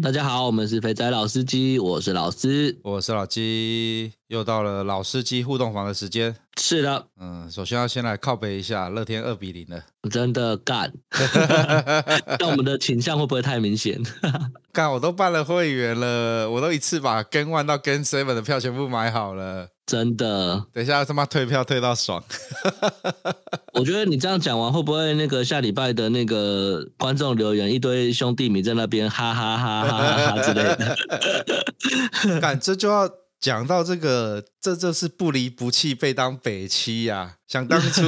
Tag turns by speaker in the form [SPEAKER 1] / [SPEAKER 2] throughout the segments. [SPEAKER 1] 大家好，我们是肥仔老司机，我是老司。
[SPEAKER 2] 我是老鸡，又到了老司机互动房的时间。
[SPEAKER 1] 是的，
[SPEAKER 2] 嗯，首先要先来靠背一下乐天二比零了。
[SPEAKER 1] 真的干。但我们的倾向会不会太明显？
[SPEAKER 2] 干，我都办了会员了，我都一次把跟 One 到跟 Seven 的票全部买好了。
[SPEAKER 1] 真的，
[SPEAKER 2] 等一下他妈退票退到爽，
[SPEAKER 1] 我觉得你这样讲完，会不会那个下礼拜的那个观众留言一堆兄弟迷在那边哈哈哈哈哈哈之类 的？
[SPEAKER 2] 干这就要讲到这个，这就是不离不弃被当北七呀、想当 初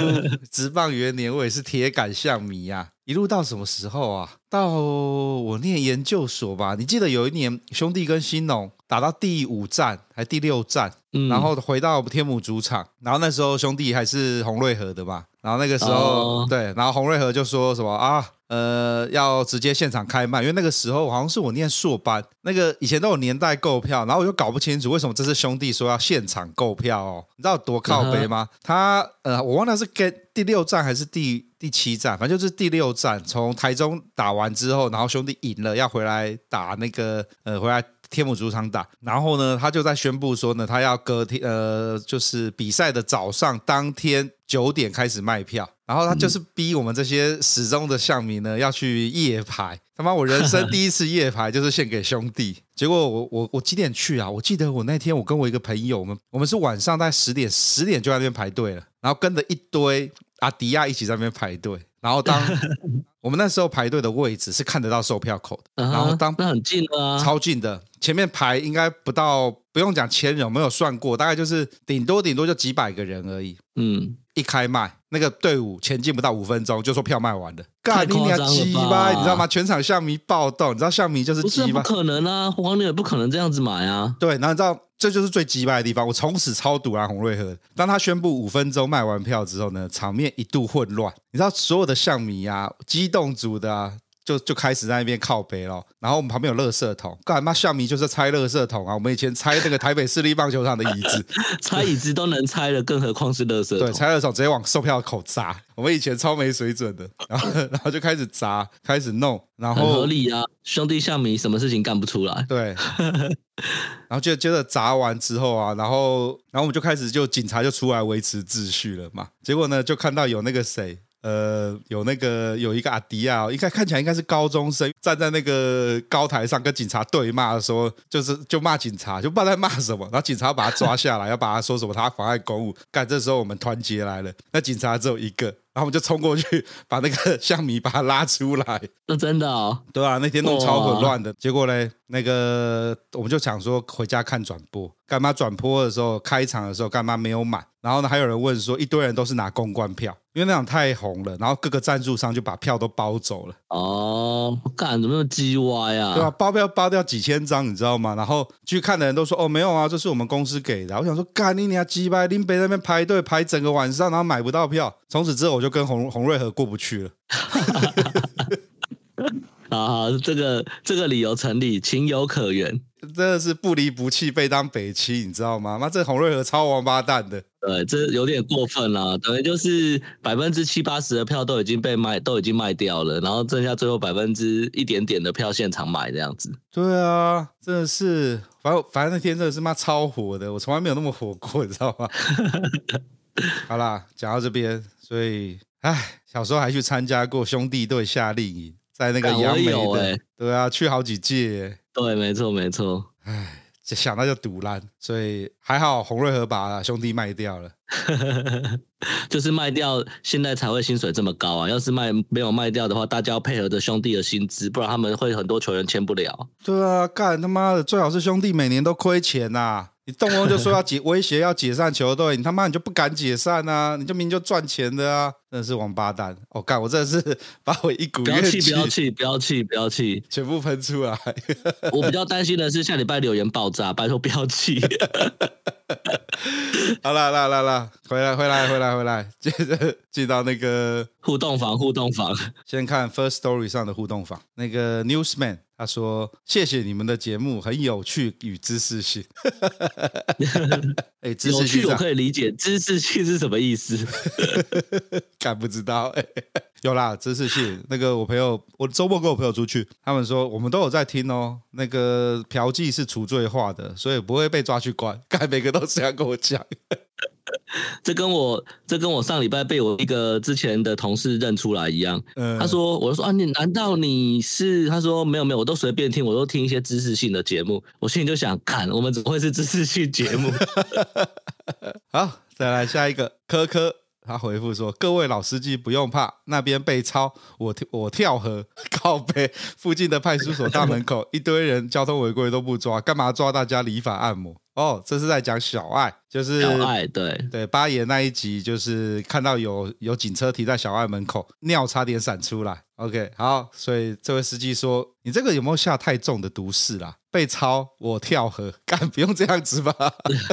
[SPEAKER 2] 职棒元年，我也是铁杆象迷呀、一路到什么时候啊？到我念研究所吧。你记得有一年兄弟跟兴农打到第五战还第六战，
[SPEAKER 1] 嗯
[SPEAKER 2] 然后回到天母主场，然后那时候兄弟还是红瑞和的嘛，然后那个时候、
[SPEAKER 1] 哦
[SPEAKER 2] 对，然后红瑞和就说什么啊，呃，要直接现场开卖，因为那个时候好像是我念硕班，那个以前都有年代购票，然后我就搞不清楚为什么这次兄弟说要现场购票哦，你知道有多靠北吗？他呃，我忘了是跟第六站还是第第七站，反正就是第六站，从台中打完之后，然后兄弟赢了，要回来打那个呃，回来。天母主场打，然后呢，他就在宣布说呢，他要隔天呃，就是比赛的早上当天九点开始卖票，然后他就是逼我们这些始终的象迷呢要去夜排。他妈，我人生第一次夜排就是献给兄弟。结果我我我几点去啊？我记得我那天我跟我一个朋友，我们我们是晚上大概十点十点就在那边排队了，然后跟着一堆阿迪亚一起在那边排队，然后当我们那时候排队的位置是看得到售票口的，
[SPEAKER 1] 嗯哼
[SPEAKER 2] 然后当
[SPEAKER 1] 那很近了啊，
[SPEAKER 2] 超近的，前面排应该不到，不用讲千人，我没有算过，大概就是顶多顶多就几百个人而已。
[SPEAKER 1] 嗯，
[SPEAKER 2] 一开卖，那个队伍前进不到五分钟就说票卖完了，
[SPEAKER 1] 太
[SPEAKER 2] 干你娘
[SPEAKER 1] 夸张了
[SPEAKER 2] 鸡
[SPEAKER 1] 吧
[SPEAKER 2] 巴，你知道吗？全场象迷暴动，你知道象迷就是
[SPEAKER 1] 不是啊
[SPEAKER 2] 鸡
[SPEAKER 1] 不
[SPEAKER 2] 巴，
[SPEAKER 1] 可能啊，黄牛也不可能这样子买 啊。
[SPEAKER 2] 对，然后你知道这就是最鸡巴的地方。我从此超堵啊红瑞和，当他宣布五分钟卖完票之后呢，场面一度混乱，你知道所有的象迷啊，激动组的啊。就就开始在那边靠北咯，然后我们旁边有垃圾桶，干嘛？象迷就是拆垃圾桶啊！我们以前拆那个台北市立棒球场的椅子，
[SPEAKER 1] 拆椅子都能拆了，更何况是垃圾
[SPEAKER 2] 对，
[SPEAKER 1] 桶？
[SPEAKER 2] 拆了手直接往售票口砸。我们以前超没水准的，然后然后就开始砸，开始弄，然
[SPEAKER 1] 很合
[SPEAKER 2] 后
[SPEAKER 1] 理啊。兄弟像你，什么事情干不出来？
[SPEAKER 2] 对，然后就接着砸完之后啊，然后然后我们就开始就警察就出来维持秩序了嘛。结果呢，就看到有那个谁。呃，有那个有一个阿迪亚、哦，应该看起来应该是高中生，站在那个高台上跟警察对骂的时候，就是就骂警察，就不知道在骂什么，然后警察把他抓下来，要把他说什么他妨碍公务。干，这时候我们团结来了，那警察只有一个，然后我们就冲过去把那个 象迷把他拉出来，
[SPEAKER 1] 那真的哦，
[SPEAKER 2] 对啊，那天弄超混乱的。结果嘞，那个我们就想说回家看转播，干妈转播的时候，开场的时候干妈没有满，然后呢还有人问说，一堆人都是拿公关票，因为那场太红了，然后各个赞助商就把票都包走了，
[SPEAKER 1] 哦，干怎么那么鸡歪啊？
[SPEAKER 2] 对啊，包票包掉几千张，你知道吗？然后去看的人都说，哦没有啊，这是我们公司给的啊。我想说，干你娘鸡巴，林北那边排队排整个晚上，然后买不到票。从此之后我就跟洪洪瑞和过不去了。
[SPEAKER 1] 好好，啊这个这个理由成立，情有可原。
[SPEAKER 2] 真的是不离不弃，被当北七，你知道吗？妈，这洪瑞和超王八蛋的，
[SPEAKER 1] 对，这有点过分了，等于就是百分之七八十的票都已经被卖，都已经卖掉了，然后剩下最后百分之一点点的票现场买这样子。
[SPEAKER 2] 对啊，真的是，反正反正那天真的是妈超火的，我从来没有那么火过，你知 道吗？好啦，讲到这边，所以唉，小时候还去参加过兄弟队夏令营，在那个
[SPEAKER 1] 干我
[SPEAKER 2] 杨梅
[SPEAKER 1] 也
[SPEAKER 2] 的，
[SPEAKER 1] 有欸
[SPEAKER 2] 对啊，去好几届，
[SPEAKER 1] 对，没错，没错。
[SPEAKER 2] 就想到就堵烂，所以还好洪瑞和把兄弟卖掉了。
[SPEAKER 1] 就是卖掉，现在才会薪水这么高啊！要是卖没有卖掉的话，大家要配合着兄弟的薪资，不然他们会很多球员签不了。
[SPEAKER 2] 对啊，干他妈的，最好是兄弟每年都亏钱呐、啊你动不动就说要解威胁要解散球队，你他妈你就不敢解散啊！你就明明就赚钱的啊，真的是王八蛋！我、干，我真的是把我一股
[SPEAKER 1] 不要
[SPEAKER 2] 怨
[SPEAKER 1] 气，不
[SPEAKER 2] 气
[SPEAKER 1] 要气，不要气，不要气！
[SPEAKER 2] 全部喷出来。
[SPEAKER 1] 我比较担心的是下礼拜留言爆炸，拜托不要气。
[SPEAKER 2] 好啦啦啦啦，回来回来回来回来，接着进到那个
[SPEAKER 1] 互动房，互动房，
[SPEAKER 2] 先看 First Story 上的互动访，那个 Newsman 他说：“谢谢你们的节目，很有趣与知识性。”哎、知
[SPEAKER 1] 有
[SPEAKER 2] 识性
[SPEAKER 1] 趣我
[SPEAKER 2] 上
[SPEAKER 1] 可以理解，知识性是什么意思？
[SPEAKER 2] 敢不知道、哎，有啦，知识性。那个我朋友，我周末跟我朋友出去，他们说我们都有在听哦。那个嫖妓是除罪化的，所以不会被抓去关。 该每个都这样跟我讲。
[SPEAKER 1] 这跟我这跟我上礼拜被我一个之前的同事认出来一样。
[SPEAKER 2] 嗯
[SPEAKER 1] 他说：“我就说啊，你难道你是？”他说：“没有没有，我都随便听，我都听一些知识性的节目。”我心里就想，看我们怎么会是知识性节目？
[SPEAKER 2] 好，再来下一个科科，他回复说：“各位老司机不用怕，那边被抄，我跳我跳河， 靠北附近的派出所大门口 一堆人交通违规都不抓，干嘛抓大家理发按摩？哦，这是在讲小爱，就是
[SPEAKER 1] 小爱对，
[SPEAKER 2] 对八爷那一集，就是看到有有警车停在小爱门口，尿差点闪出来。OK，好，所以这位司机说：“你这个有没有下太重的毒誓啦？被抄，我跳河， 干不用这样子吧？”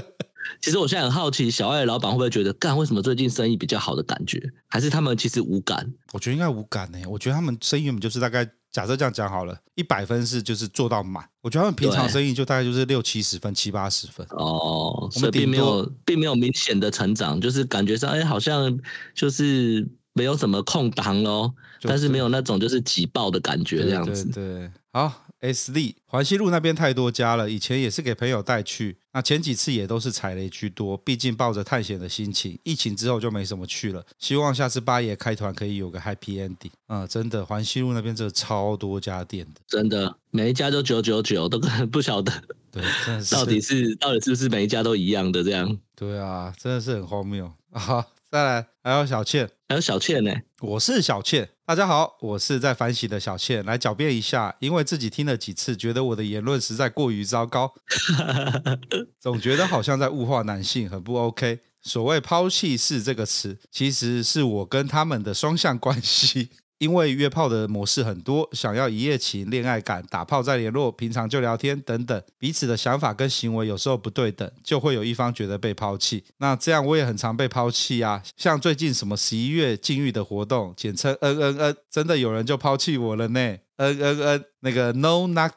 [SPEAKER 1] 其实我现在很好奇，小爱的老板会不会觉得，干为什么最近生意比较好的感觉？还是他们其实无感？
[SPEAKER 2] 我觉得应该无感呢、我觉得他们生意原本就是大概，假设这样讲好了，一百分是就是做到满。我觉得他们平常
[SPEAKER 1] 对
[SPEAKER 2] 生意就大概就是六七十分、七八十分。
[SPEAKER 1] 哦，
[SPEAKER 2] 我
[SPEAKER 1] 所
[SPEAKER 2] 们
[SPEAKER 1] 以并
[SPEAKER 2] 顶
[SPEAKER 1] 没有并没有明显的成长，就是感觉上，哎，好像就是没有什么空档咯，
[SPEAKER 2] 就
[SPEAKER 1] 但是
[SPEAKER 2] 是
[SPEAKER 1] 没有那种就是挤爆的感觉这样子。
[SPEAKER 2] 对对对，好，S D 环西路那边太多家了，以前也是给朋友带去，那前几次也都是踩雷居多，毕竟抱着探险的心情。疫情之后就没什么去了，希望下次八爷开团可以有个 happy ending。嗯，真的，环西路那边真的超多家店的，
[SPEAKER 1] 真的，每一家都九九九，都可能不晓得
[SPEAKER 2] 对，真的是
[SPEAKER 1] 到底是到底是不是每一家都一样的这样。
[SPEAKER 2] 对啊，真的是很荒谬啊！好再来，还有小倩。
[SPEAKER 1] 还有小倩呢、
[SPEAKER 2] 我是小倩，大家好，我是在反省的小倩，来狡辩一下，因为自己听了几次，觉得我的言论实在过于糟糕，总觉得好像在物化男性，很不 OK。所谓抛弃式这个词，其实是我跟他们的双向关系。因为约炮的模式很多，想要一夜情、恋爱感、打炮再联络、平常就聊天等等，彼此的想法跟行为有时候不对等，就会有一方觉得被抛弃。那这样我也很常被抛弃啊，像最近什么十一月禁欲的活动，简称 N N N，真的有人就抛弃我了呢。N N N 那个 No Knock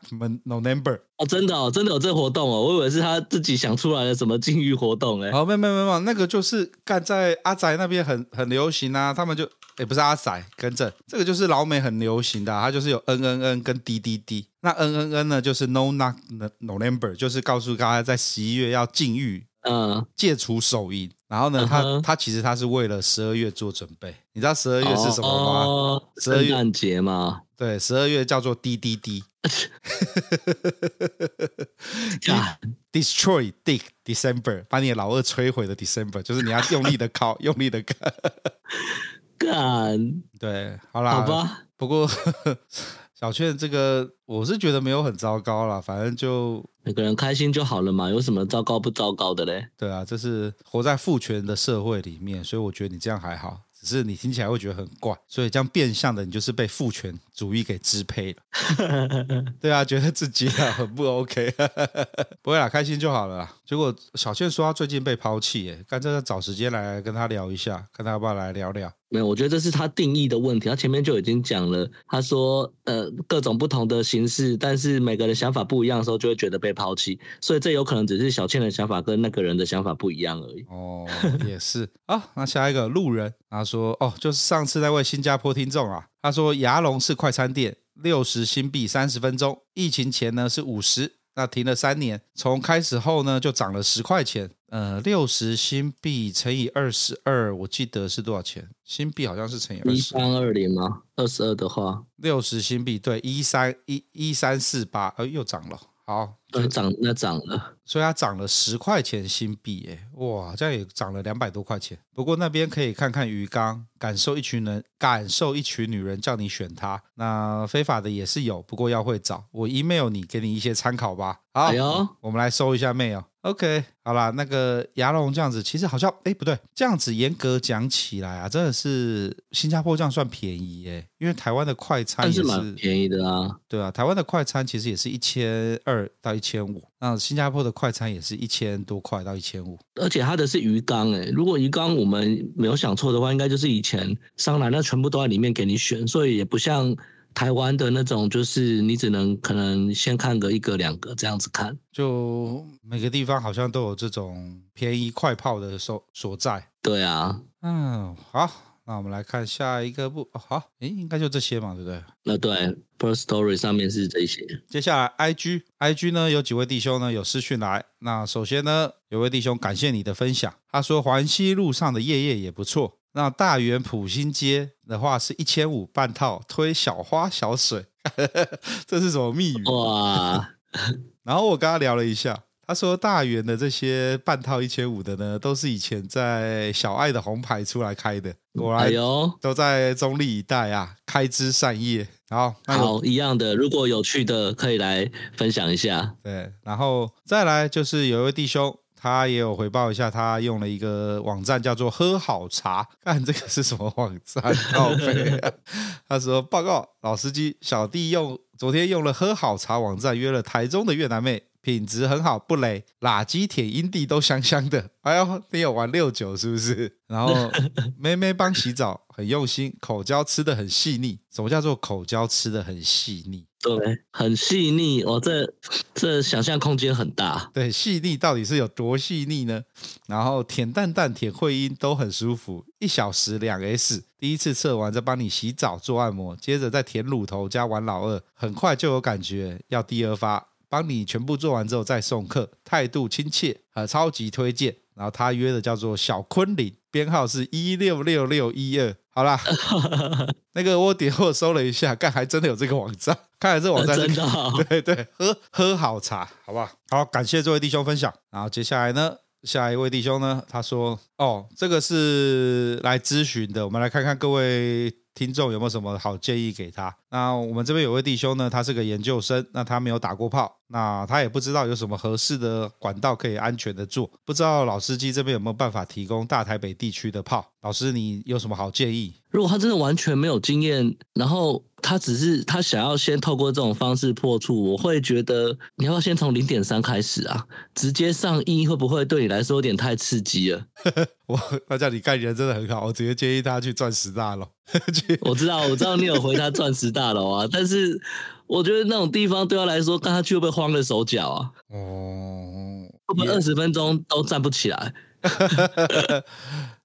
[SPEAKER 2] No Number，
[SPEAKER 1] 哦，真的哦，真的有这活动哦，我以为是他自己想出来的什么禁欲活动哎、
[SPEAKER 2] 哦，没有没有没有，那个就是干在阿宅那边很很流行啊，他们就也不是阿宅，跟着这个就是老美很流行的啊、它就是有 N N N 跟 D D D。那 N N N 呢，就是 No Knock No Number，就是告诉大家在十一月要禁欲。
[SPEAKER 1] 嗯，
[SPEAKER 2] 戒除手淫，然后呢，他
[SPEAKER 1] 嗯哼
[SPEAKER 2] 他其实他是为了十二月做准备。你知道十二月是什么吗？
[SPEAKER 1] 哦，
[SPEAKER 2] 十二月
[SPEAKER 1] 圣诞 节嘛，
[SPEAKER 2] 对，十二月叫做 D D D
[SPEAKER 1] 啊，
[SPEAKER 2] Destroy Dick December，把你的老二摧毁的 December，就是你要用力的靠， 用力的靠。
[SPEAKER 1] 干，
[SPEAKER 2] 对，好啦，
[SPEAKER 1] 好吧，
[SPEAKER 2] 不过小倩这个我是觉得没有很糟糕啦，反正就
[SPEAKER 1] 每个人开心就好了嘛，有什么糟糕不糟糕的嘞？
[SPEAKER 2] 对啊，这是活在父权的社会里面，所以我觉得你这样还好，只是你听起来会觉得很怪，所以这样变相的你就是被父权主义给支配了。对啊，觉得自己啊很不 OK，不会啦，开心就好了啦。结果小倩说她最近被抛弃，耶，干脆找时间来跟她聊一下，看她要不要来聊聊。
[SPEAKER 1] 没有，我觉得这是他定义的问题。他前面就已经讲了，他说呃各种不同的形式，但是每个人想法不一样的时候，就会觉得被抛弃。所以这有可能只是小倩的想法跟那个人的想法不一样而已。
[SPEAKER 2] 哦，也是啊。那下一个路人，他说哦，就是上次那位新加坡听众啊，他说牙龙是快餐店，六十新币三十分钟，疫情前呢是五十，那停了三年，从开始后呢就涨了十块钱。呃，六十新币乘以二十二，我记得是多少钱？新币好像是乘以二
[SPEAKER 1] 一
[SPEAKER 2] 十，
[SPEAKER 1] 三二零吗？二十二的话，
[SPEAKER 2] 六十新币对一三一一三四八，呃，又涨了。好，
[SPEAKER 1] 那涨那涨了，
[SPEAKER 2] 所以它涨了十块钱新币，哎，哇，这样也涨了两百多块钱。不过那边可以看看鱼缸，感受一群人，感受一群女人叫你选它。那非法的也是有，不过要会找。我 email 你，给你一些参考吧。好，
[SPEAKER 1] 哎呦
[SPEAKER 2] 我们来搜一下 mail。OK，好啦，那个牙龙这样子，其实好像，哎，不对，这样子严格讲起来啊，真的是新加坡这样算便宜耶，因为台湾的快餐
[SPEAKER 1] 但
[SPEAKER 2] 也
[SPEAKER 1] 是蛮便宜的啊。
[SPEAKER 2] 对啊，台湾的快餐其实也是一千二到一千五，那新加坡的快餐也是一千多块到一千五，
[SPEAKER 1] 而且它的是鱼缸哎、如果鱼缸我们没有想错的话，应该就是以前桑拿那全部都在里面给你选，所以也不像台湾的那种，就是你只能可能先看个一个两个这样子看。
[SPEAKER 2] 就每个地方好像都有这种便宜快泡的所所在。
[SPEAKER 1] 对啊，
[SPEAKER 2] 嗯，好，那我们来看下一个部。哦、好，诶，应该就这些嘛，对不对？
[SPEAKER 1] 那对 Per Story 上面是这些，
[SPEAKER 2] 接下来 I G I G 呢有几位弟兄呢有私讯来，那首先呢有位弟兄感谢你的分享，他说环西路上的夜夜也不错。那大园普新街的话是一千五半套推小花小水， 这是什么密语？
[SPEAKER 1] 哦哇，
[SPEAKER 2] 然后我跟他聊了一下，他说大园的这些半套一千五的呢，都是以前在小爱的红牌出来开的，果
[SPEAKER 1] 哎
[SPEAKER 2] 然
[SPEAKER 1] 呦，
[SPEAKER 2] 都在中立一带啊，开枝散叶。好，那有
[SPEAKER 1] 好一样的，如果有趣的可以来分享一下。
[SPEAKER 2] 对，然后再来就是有一位弟兄，他也有回报一下，他用了一个网站叫做“喝好茶”，看这个是什么网站？靠背、啊他说：“报告老司机，小弟用昨天用了‘喝好茶’网站约了台中的越南妹，品质很好，不雷，辣鸡铁阴蒂都香香的。哎呦，你有玩六九是不是？然后妹妹帮洗澡很用心，口交吃的很细腻。什么叫做口交吃的很细腻？”
[SPEAKER 1] 对，很细腻，我这这想象空间很大。
[SPEAKER 2] 对，细腻到底是有多细腻呢？然后舔蛋蛋、舔会阴都很舒服，一小时两 S。第一次测完再帮你洗澡、做按摩，接着再舔乳头加玩老二，很快就有感觉，要第二发。帮你全部做完之后再送客，态度亲切，呃，超级推荐。然后他约的叫做小昆凌，编号是一六六六一二。好 啦，那个我点我搜了一下，看还真的有这个网站，看来这网站是
[SPEAKER 1] 真的哦
[SPEAKER 2] 对对，喝喝好茶，好不好？好，感谢这位弟兄分享。然后接下来呢，下一位弟兄呢，他说：“哦，这个是来咨询的，我们来看看各位听众有没有什么好建议给他。”那我们这边有位弟兄呢，他是个研究生，那他没有打过炮，那他也不知道有什么合适的管道可以安全的做，不知道老司机这边有没有办法提供大台北地区的炮？老师，你有什么好建议？
[SPEAKER 1] 如果他真的完全没有经验，然后他只是他想要先透过这种方式破处，我会觉得你要不要先从零点三开始啊？直接上一会不会对你来说有点太刺激了？
[SPEAKER 2] 我大家你看人真的很好，我直接建议他去钻石大楼，去
[SPEAKER 1] 我知道，我知道你有回他钻石大楼啊，但是我觉得那种地方对他来说，看他去会不会慌了手脚啊？
[SPEAKER 2] 哦，
[SPEAKER 1] 会不会 二十分钟都站不起来？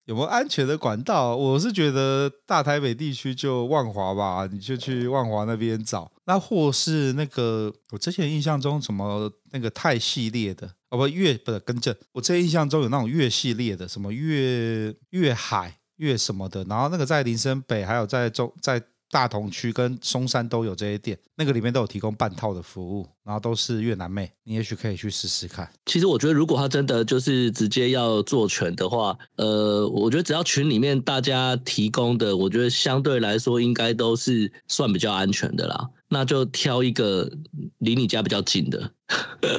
[SPEAKER 2] 有没有安全的管道？我是觉得大台北地区就万华吧，你就去万华那边找。那或是那个我之前印象中什么那个泰系列的哦不粤不是跟正，我之前印象中有那种粤系列的，什么粤粤海粤什么的，然后那个在林森北还有在中在。大同区跟松山都有这些店，那个里面都有提供半套的服务，然后都是越南妹，你也许可以去试试看。
[SPEAKER 1] 其实我觉得，如果他真的就是直接要做全的话，呃，我觉得只要群里面大家提供的，我觉得相对来说应该都是算比较安全的啦。那就挑一个离你家比较近的，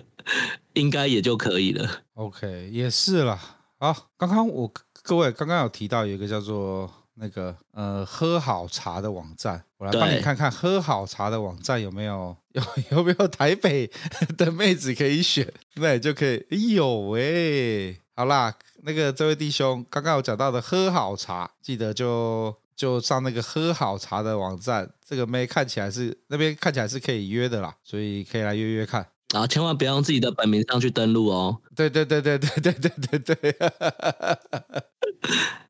[SPEAKER 1] 应该也就可以了。
[SPEAKER 2] OK，也是啦。好，刚刚我各位刚刚有提到有一个叫做那个呃喝好茶的网站，我来帮你
[SPEAKER 1] 对
[SPEAKER 2] 看看喝好茶的网站有没有 有有没有台北 的妹子可以选，那你就可以。哎呦喂，好啦，那个这位弟兄刚刚有讲到的喝好茶，记得就。就上那个喝好茶的网站，这个妹看起来是那边看起来是可以约的啦，所以可以来约约看。
[SPEAKER 1] 然啊后千万不要用自己的本名上去登录哦。
[SPEAKER 2] 对对对对对对对对对，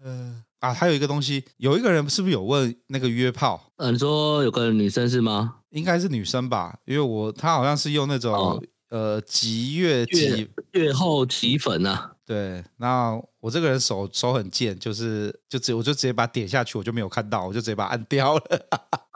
[SPEAKER 2] 嗯啊，还有一个东西，有一个人是不是有问那个约炮？
[SPEAKER 1] 呃，你说有个女生是吗？
[SPEAKER 2] 应该是女生吧，因为我她好像是用那种、
[SPEAKER 1] 哦
[SPEAKER 2] 呃集月集
[SPEAKER 1] 月月后起粉啊，
[SPEAKER 2] 对，那我这个人手手很贱，就是就直我就直接把它点下去，我就没有看到，我就直接把它按掉了。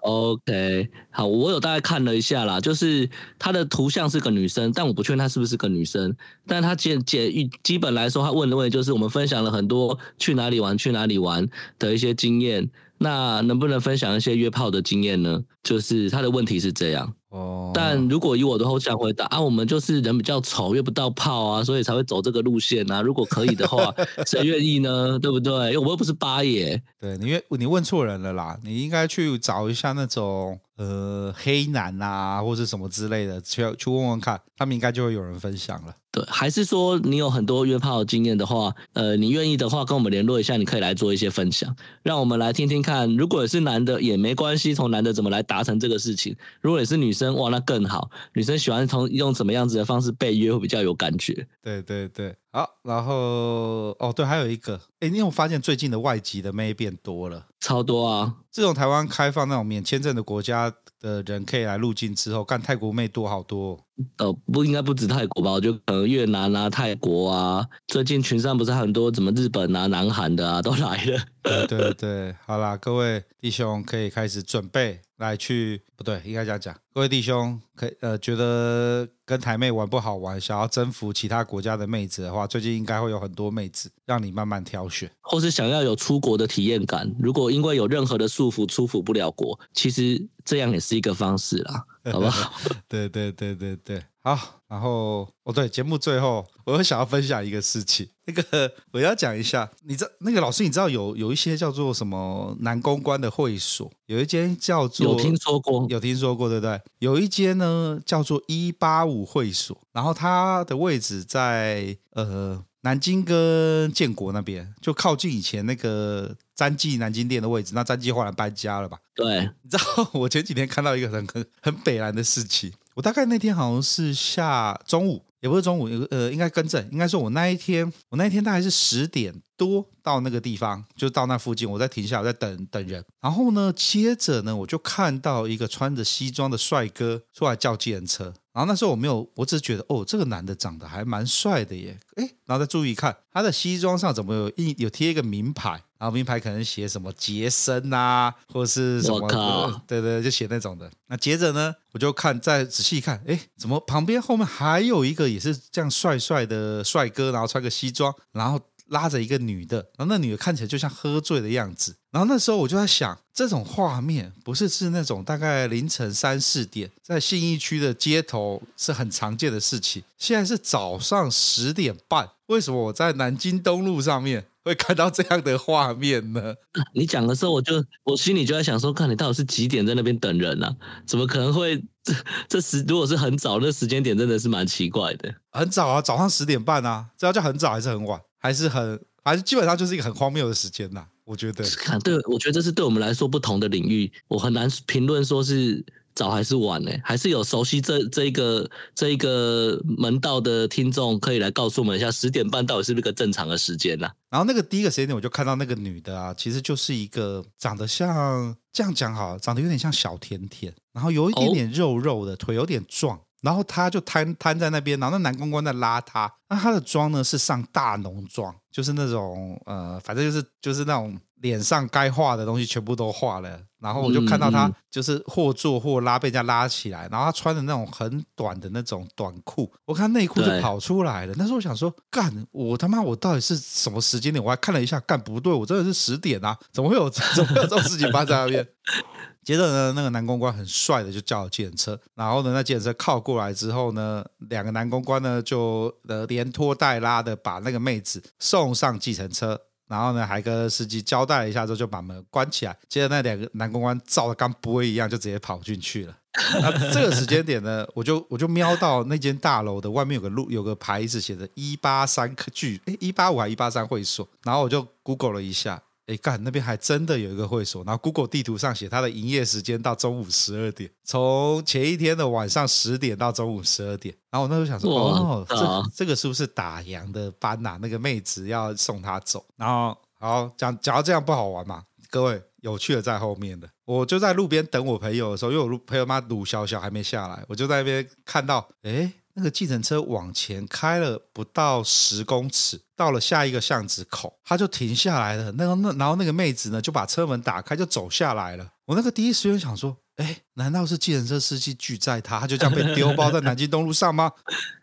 [SPEAKER 1] OK，好，我有大概看了一下啦，就是她的图像是个女生，但我不确定她是不是个女生。但她简简一基本来说，她问的问题就是我们分享了很多去哪里玩、去哪里玩的一些经验，那能不能分享一些约炮的经验呢？就是她的问题是这样。
[SPEAKER 2] 哦
[SPEAKER 1] 但如果以我的后想回答啊，我们就是人比较丑，约不到炮啊，所以才会走这个路线啊。如果可以的话，谁愿意呢？对不对？因为我又不是八爷。
[SPEAKER 2] 对你约你问错人了啦，你应该去找一下那种呃黑男啊，或是什么之类的，去去问问看，他们应该就会有人分享了。
[SPEAKER 1] 对，还是说你有很多约炮的经验的话，呃，你愿意的话跟我们联络一下，你可以来做一些分享，让我们来听听看。如果是男的也没关系，从男的怎么来达成这个事情；如果你是女生，哇，那更好。女生喜欢从用什么样子的方式被约会比较有感觉？
[SPEAKER 2] 对对对，好，然后哦对，还有一个，哎，你有发现最近的外籍的妹变多了？
[SPEAKER 1] 超多啊！
[SPEAKER 2] 自从台湾开放那种免签证的国家的人可以来入境之后，干泰国妹多好多、哦。
[SPEAKER 1] 呃，不应该不止泰国吧？我觉得可能越南啊、泰国啊，最近群上不是还很多什么日本啊、南韩的啊都来了。
[SPEAKER 2] 对对对，好啦，各位弟兄可以开始准备来去，不对，应该这样讲，各位弟兄可以呃觉得跟台妹玩不好玩，想要征服其他国家的妹子的话，最近应该会有很多妹子让你慢慢挑选。
[SPEAKER 1] 或是想要有出国的体验感，如果因为有任何的束缚出府不了国，其实这样也是一个方式啦，好不好？
[SPEAKER 2] 对对对对对，好。然后哦，对，节目最后我又想要分享一个事情，那个我要讲一下，你知道那个老师，你知道有有一些叫做什么男公关的会所，有一间叫做
[SPEAKER 1] 有听说过
[SPEAKER 2] 有听说过对不对？有一间呢叫做一八五会所，然后它的位置在呃南京跟建国那边，就靠近以前那个詹记南京店的位置。那詹记后来搬家了吧？
[SPEAKER 1] 对，
[SPEAKER 2] 你知道我前几天看到一个很很很北然的事情，我大概那天好像是下中午，也不是中午，呃，应该更正，应该说我那一天，我那一天大概是十点多到那个地方，就到那附近，我在停下来，我在等等人。然后呢，接着呢，我就看到一个穿着西装的帅哥出来叫计程车。然后那时候我没有，我只是觉得哦，这个男的长得还蛮帅的耶，诶，然后再注意看他的西装上怎么有印有贴一个名牌，然后名牌可能写什么杰森啊，或是什么
[SPEAKER 1] 我靠，
[SPEAKER 2] 对对，对就写那种的。那接着呢，我就看再仔细看，诶，怎么旁边后面还有一个也是这样帅帅的帅哥，然后穿个西装，然后拉着一个女的，然后那女的看起来就像喝醉的样子。然后那时候我就在想，这种画面不是是那种大概凌晨三四点在信义区的街头是很常见的事情，现在是早上十点半，为什么我在南京东路上面会看到这样的画面呢？
[SPEAKER 1] 你讲的时候，我就我心里就在想说，看你到底是几点在那边等人啊？怎么可能会 这这时如果是很早，那时间点真的是蛮奇怪的。
[SPEAKER 2] 很早啊，早上十点半啊，这要叫很早还是很晚？还是很还是基本上就是一个很荒谬的时间呐、我觉得。
[SPEAKER 1] 看，对我觉得这是对我们来说不同的领域，我很难评论说是早还是晚呢、还是有熟悉这这一个这一个门道的听众可以来告诉我们一下，十点半到底是不是一个正常的时间呢、
[SPEAKER 2] 然后那个第一个时间点，我就看到那个女的啊，其实就是一个长得像这样讲好了，长得有点像小甜甜，然后有一点
[SPEAKER 1] 哦
[SPEAKER 2] 点肉肉的，腿有点壮。然后她就瘫瘫在那边，然后那男公关在拉她。那她的妆呢是上大浓妆，就是那种呃，反正就是就是那种脸上该画的东西全部都画了。然后我就看到她
[SPEAKER 1] 嗯嗯
[SPEAKER 2] 就是或坐或拉，被人家拉起来。然后她穿的那种很短的那种短裤，我看内裤就
[SPEAKER 1] 对
[SPEAKER 2] 跑出来了。那时候我想说，干，我他妈我到底是什么时间点？我还看了一下，干不对，我真的是十点啊，怎么会有怎么会有这种 事情发生在那边？接着呢，那个男公关很帅的就叫了计程车，然后呢，那计程车靠过来之后呢，两个男公关呢就呃连拖带拉的把那个妹子送上计程车，然后呢还跟司机交代了一下之后就把门关起来，接着那两个男公关照着刚不会一样就直接跑进去 了。那这个时间点呢，我就我就瞄到那间大楼的外面有个路有个牌子写着一八三剧，哎一八五还一八三会所，然后我就 Google 了一下，哎干那边还真的有一个会所，然后 Google 地图上写它的营业时间到中午十二点，从前一天的晚上十点到中午十二点，然后我那时候想说，
[SPEAKER 1] 哇
[SPEAKER 2] 哦这
[SPEAKER 1] 啊
[SPEAKER 2] 这个是不是打烊的班呐、那个妹子要送他走，然后好讲讲到这样不好玩嘛？各位有趣的在后面的，我就在路边等我朋友的时候，因为我路朋友妈鲁小小还没下来，我就在那边看到，诶，那个计程车往前开了不到十公尺，到了下一个巷子口，他就停下来了。那个那然后那个妹子呢就把车门打开就走下来了。我那个第一时间想说，诶，难道是计程车司机拒载她，她就这样被丢包在南京东路上吗？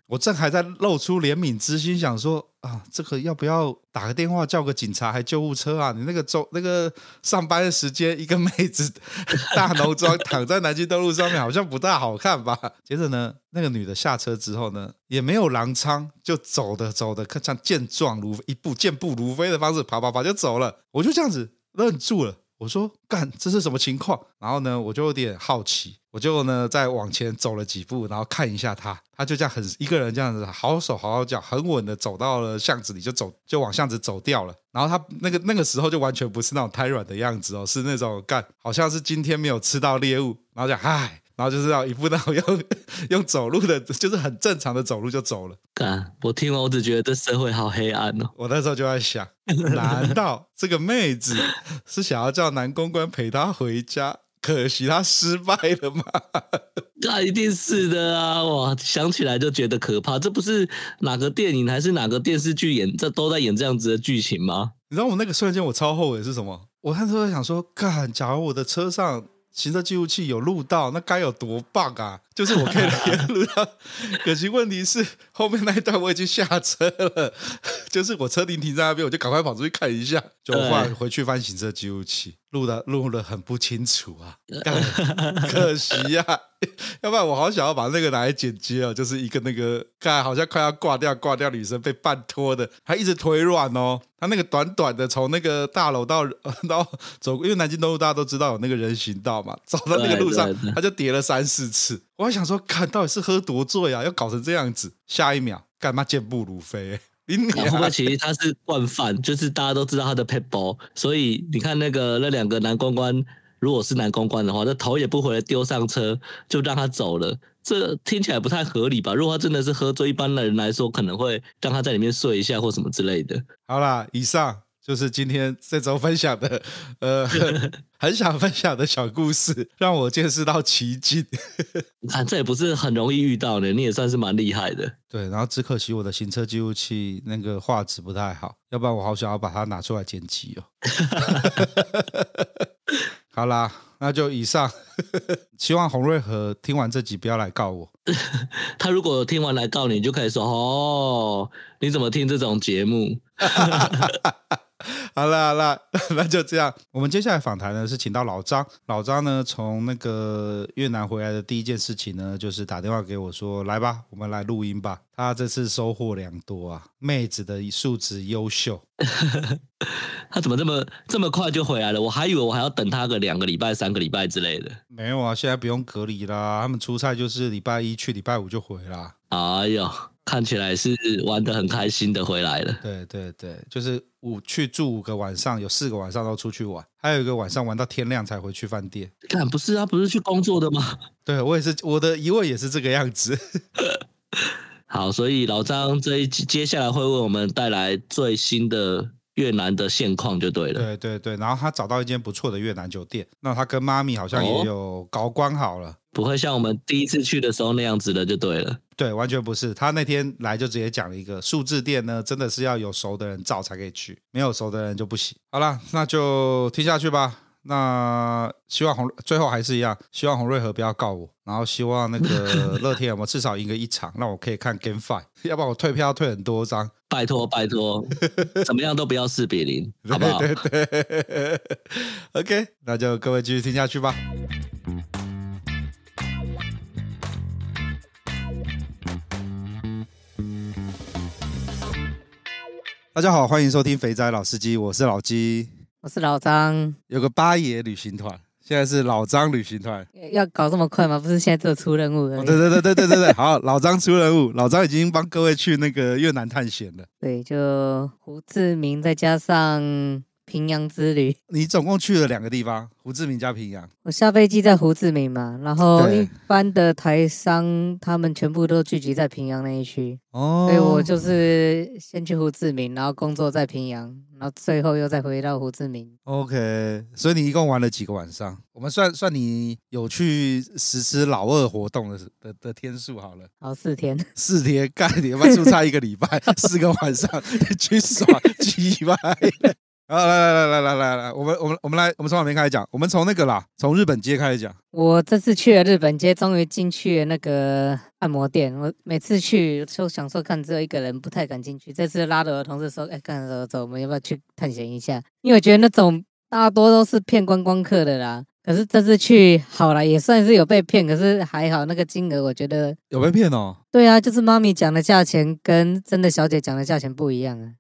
[SPEAKER 2] 我正还在露出怜悯之心，想说啊，这个要不要打个电话叫个警察还救护车啊？你那个周那个上班的时间，一个妹子 大浓妆躺在南京东路上面，好像不大好看吧？接着呢，那个女的下车之后呢，也没有狼仓，就走的走的，看像健壮如一步健步如飞的方式，爬爬爬就走了。我就这样子愣住了。我说干，这是什么情况？然后呢，我就有点好奇，我就呢再往前走了几步，然后看一下他，他就这样很一个人这样子，好手好脚，很稳的走到了巷子里，就走就往巷子走掉了。然后他那个那个时候就完全不是那种瘫软的样子哦，是那种干，好像是今天没有吃到猎物，然后讲唉。然后就是要一步到 用用走路的，就是很正常的走路就走了。
[SPEAKER 1] 干，我听完我只觉得这社会好黑暗哦。
[SPEAKER 2] 我那时候就在想，难道这个妹子是想要叫男公关陪她回家？可惜她失败了吗？
[SPEAKER 1] 那一定是的啊！哇，想起来就觉得可怕。这不是哪个电影还是哪个电视剧演，这都在演这样子的剧情吗？
[SPEAKER 2] 你知道我那个瞬间我超后悔是什么？我那时候在想说，干，假如我的车上行车记录器有录到，那该有多棒啊！就是我可以连录到。可惜问题是后面那一段我已经下车了，就是我车停停在那边，我就赶快跑出去看一下，就
[SPEAKER 1] 对
[SPEAKER 2] 换回去翻行车记录器，录的录的很不清楚啊，干可惜啊呀、 要不然我好想要把那个拿来剪接哦，就是一个那个看好像快要挂掉挂掉女生被半拖的，她一直腿软哦，她那个短短的从那个大楼到 到走，因为南京东路大家都知道有那个人行道嘛， 走到那个路上
[SPEAKER 1] 对对对
[SPEAKER 2] 她就跌了三四次，我还想说，看到底是喝多醉啊，要搞成这样子，下一秒干嘛健步如飞、 欸，你 你、
[SPEAKER 1] 会不
[SPEAKER 2] 啊
[SPEAKER 1] 会、其实他是惯犯，就是大家都知道他的 pet ball，所以你看那个那两个男公关，如果是男公关的话，这头也不回的丢上车就让他走了，这听起来不太合理吧？如果他真的是喝醉，一般的人来说可能会让他在里面睡一下或什么之类的。
[SPEAKER 2] 好啦，以上就是今天这周分享的，呃， 很想分享的小故事，让我见识到奇迹。
[SPEAKER 1] 你看啊这也不是很容易遇到的，你也算是蛮厉害的。
[SPEAKER 2] 对，然后只可惜我的行车记录器那个画质不太好，要不然我好想要把它拿出来剪辑哦。 好啦，那就以上，希望洪瑞和听完这集不要来告我。
[SPEAKER 1] 他如果听完来告你，你就可以说哦，你怎么听这种节目？
[SPEAKER 2] 好啦好啦，那就这样。我们接下来访谈呢是请到老张，老张呢从那个越南回来的第一件事情呢，就是打电话给我说：“来吧，我们来录音吧。”他这次收获良多啊，妹子的素质优秀。
[SPEAKER 1] 他怎么这么这么快就回来了？我还以为我还要等他个两个礼拜、三个礼拜之类的。
[SPEAKER 2] 没有啊，现在不用隔离啦，他们出差就是礼拜一去，礼拜五就回啦。
[SPEAKER 1] 哎呦，看起来是玩的很开心的回来了。
[SPEAKER 2] 对对对，就是五去住五个晚上，有四个晚上都出去玩，还有一个晚上玩到天亮才回去饭店。
[SPEAKER 1] 看，不是他不是去工作的吗？
[SPEAKER 2] 对我也是，我的疑问也是这个样子。
[SPEAKER 1] 好，所以老张这一集接下来会为我们带来最新的越南的现况就对了。
[SPEAKER 2] 对对对，然后他找到一间不错的越南酒店，那他跟妈咪好像也
[SPEAKER 1] 哦
[SPEAKER 2] 有搞关好了。
[SPEAKER 1] 不会像我们第一次去的时候那样子的就对了。
[SPEAKER 2] 对，完全不是。他那天来就直接讲了一个数字店呢，真的是要有熟的人照才可以去，没有熟的人就不行。好啦，那就听下去吧。那希望洪最后还是一样，希望洪瑞和不要告我，然后希望那个乐天有没有至少赢个一场，让我可以看 Game Five，要不然我退票要退很多张。
[SPEAKER 1] 拜托拜托，怎么样都不要四比零， 好不好？
[SPEAKER 2] 对对对 ，OK，那就各位继续听下去吧。大家好，欢迎收听《肥仔老司机》，我是老鸡，
[SPEAKER 3] 我是老张，
[SPEAKER 2] 有个八爷旅行团，现在是老张旅行团。
[SPEAKER 3] 要搞这么快吗？不是现在只有出任务而
[SPEAKER 2] 哦
[SPEAKER 3] 已。
[SPEAKER 2] 对对对对对对对，好，老张出任务，老张已经帮各位去那个越南探险了。
[SPEAKER 3] 对，就胡志明再加上平阳之旅，
[SPEAKER 2] 你总共去了两个地方，胡志明加平阳。
[SPEAKER 3] 我下飞机在胡志明嘛，然后
[SPEAKER 2] 对
[SPEAKER 3] 一般的台商他们全部都聚集在平阳那一区，
[SPEAKER 2] 哦，
[SPEAKER 3] 所以我就是先去胡志明，然后工作在平阳，然后最后又再回到胡志明。
[SPEAKER 2] OK，所以你一共玩了几个晚上？我们算算你有去实施老二活动的的的天数好了，
[SPEAKER 3] 然后四天，
[SPEAKER 2] 四天干你妈出差一个礼拜，四个晚上去耍鸡巴。好，来来来来来来来，我们我们我们来，我们从哪边开始讲？我们从那个啦，从日本街开始讲。
[SPEAKER 3] 我这次去了日本街，终于进去了那个按摩店。我每次去就想说，看只有一个人，不太敢进去。这次拉着我的同事说：“哎，干走走，我们要不要去探险一下？”因为我觉得那种大多都是骗观光客的啦。可是这次去好了，也算是有被骗，可是还好那个金额，我觉得
[SPEAKER 2] 有被骗哦？
[SPEAKER 3] 对啊，就是妈咪讲的价钱跟真的小姐讲的价钱不一样啊。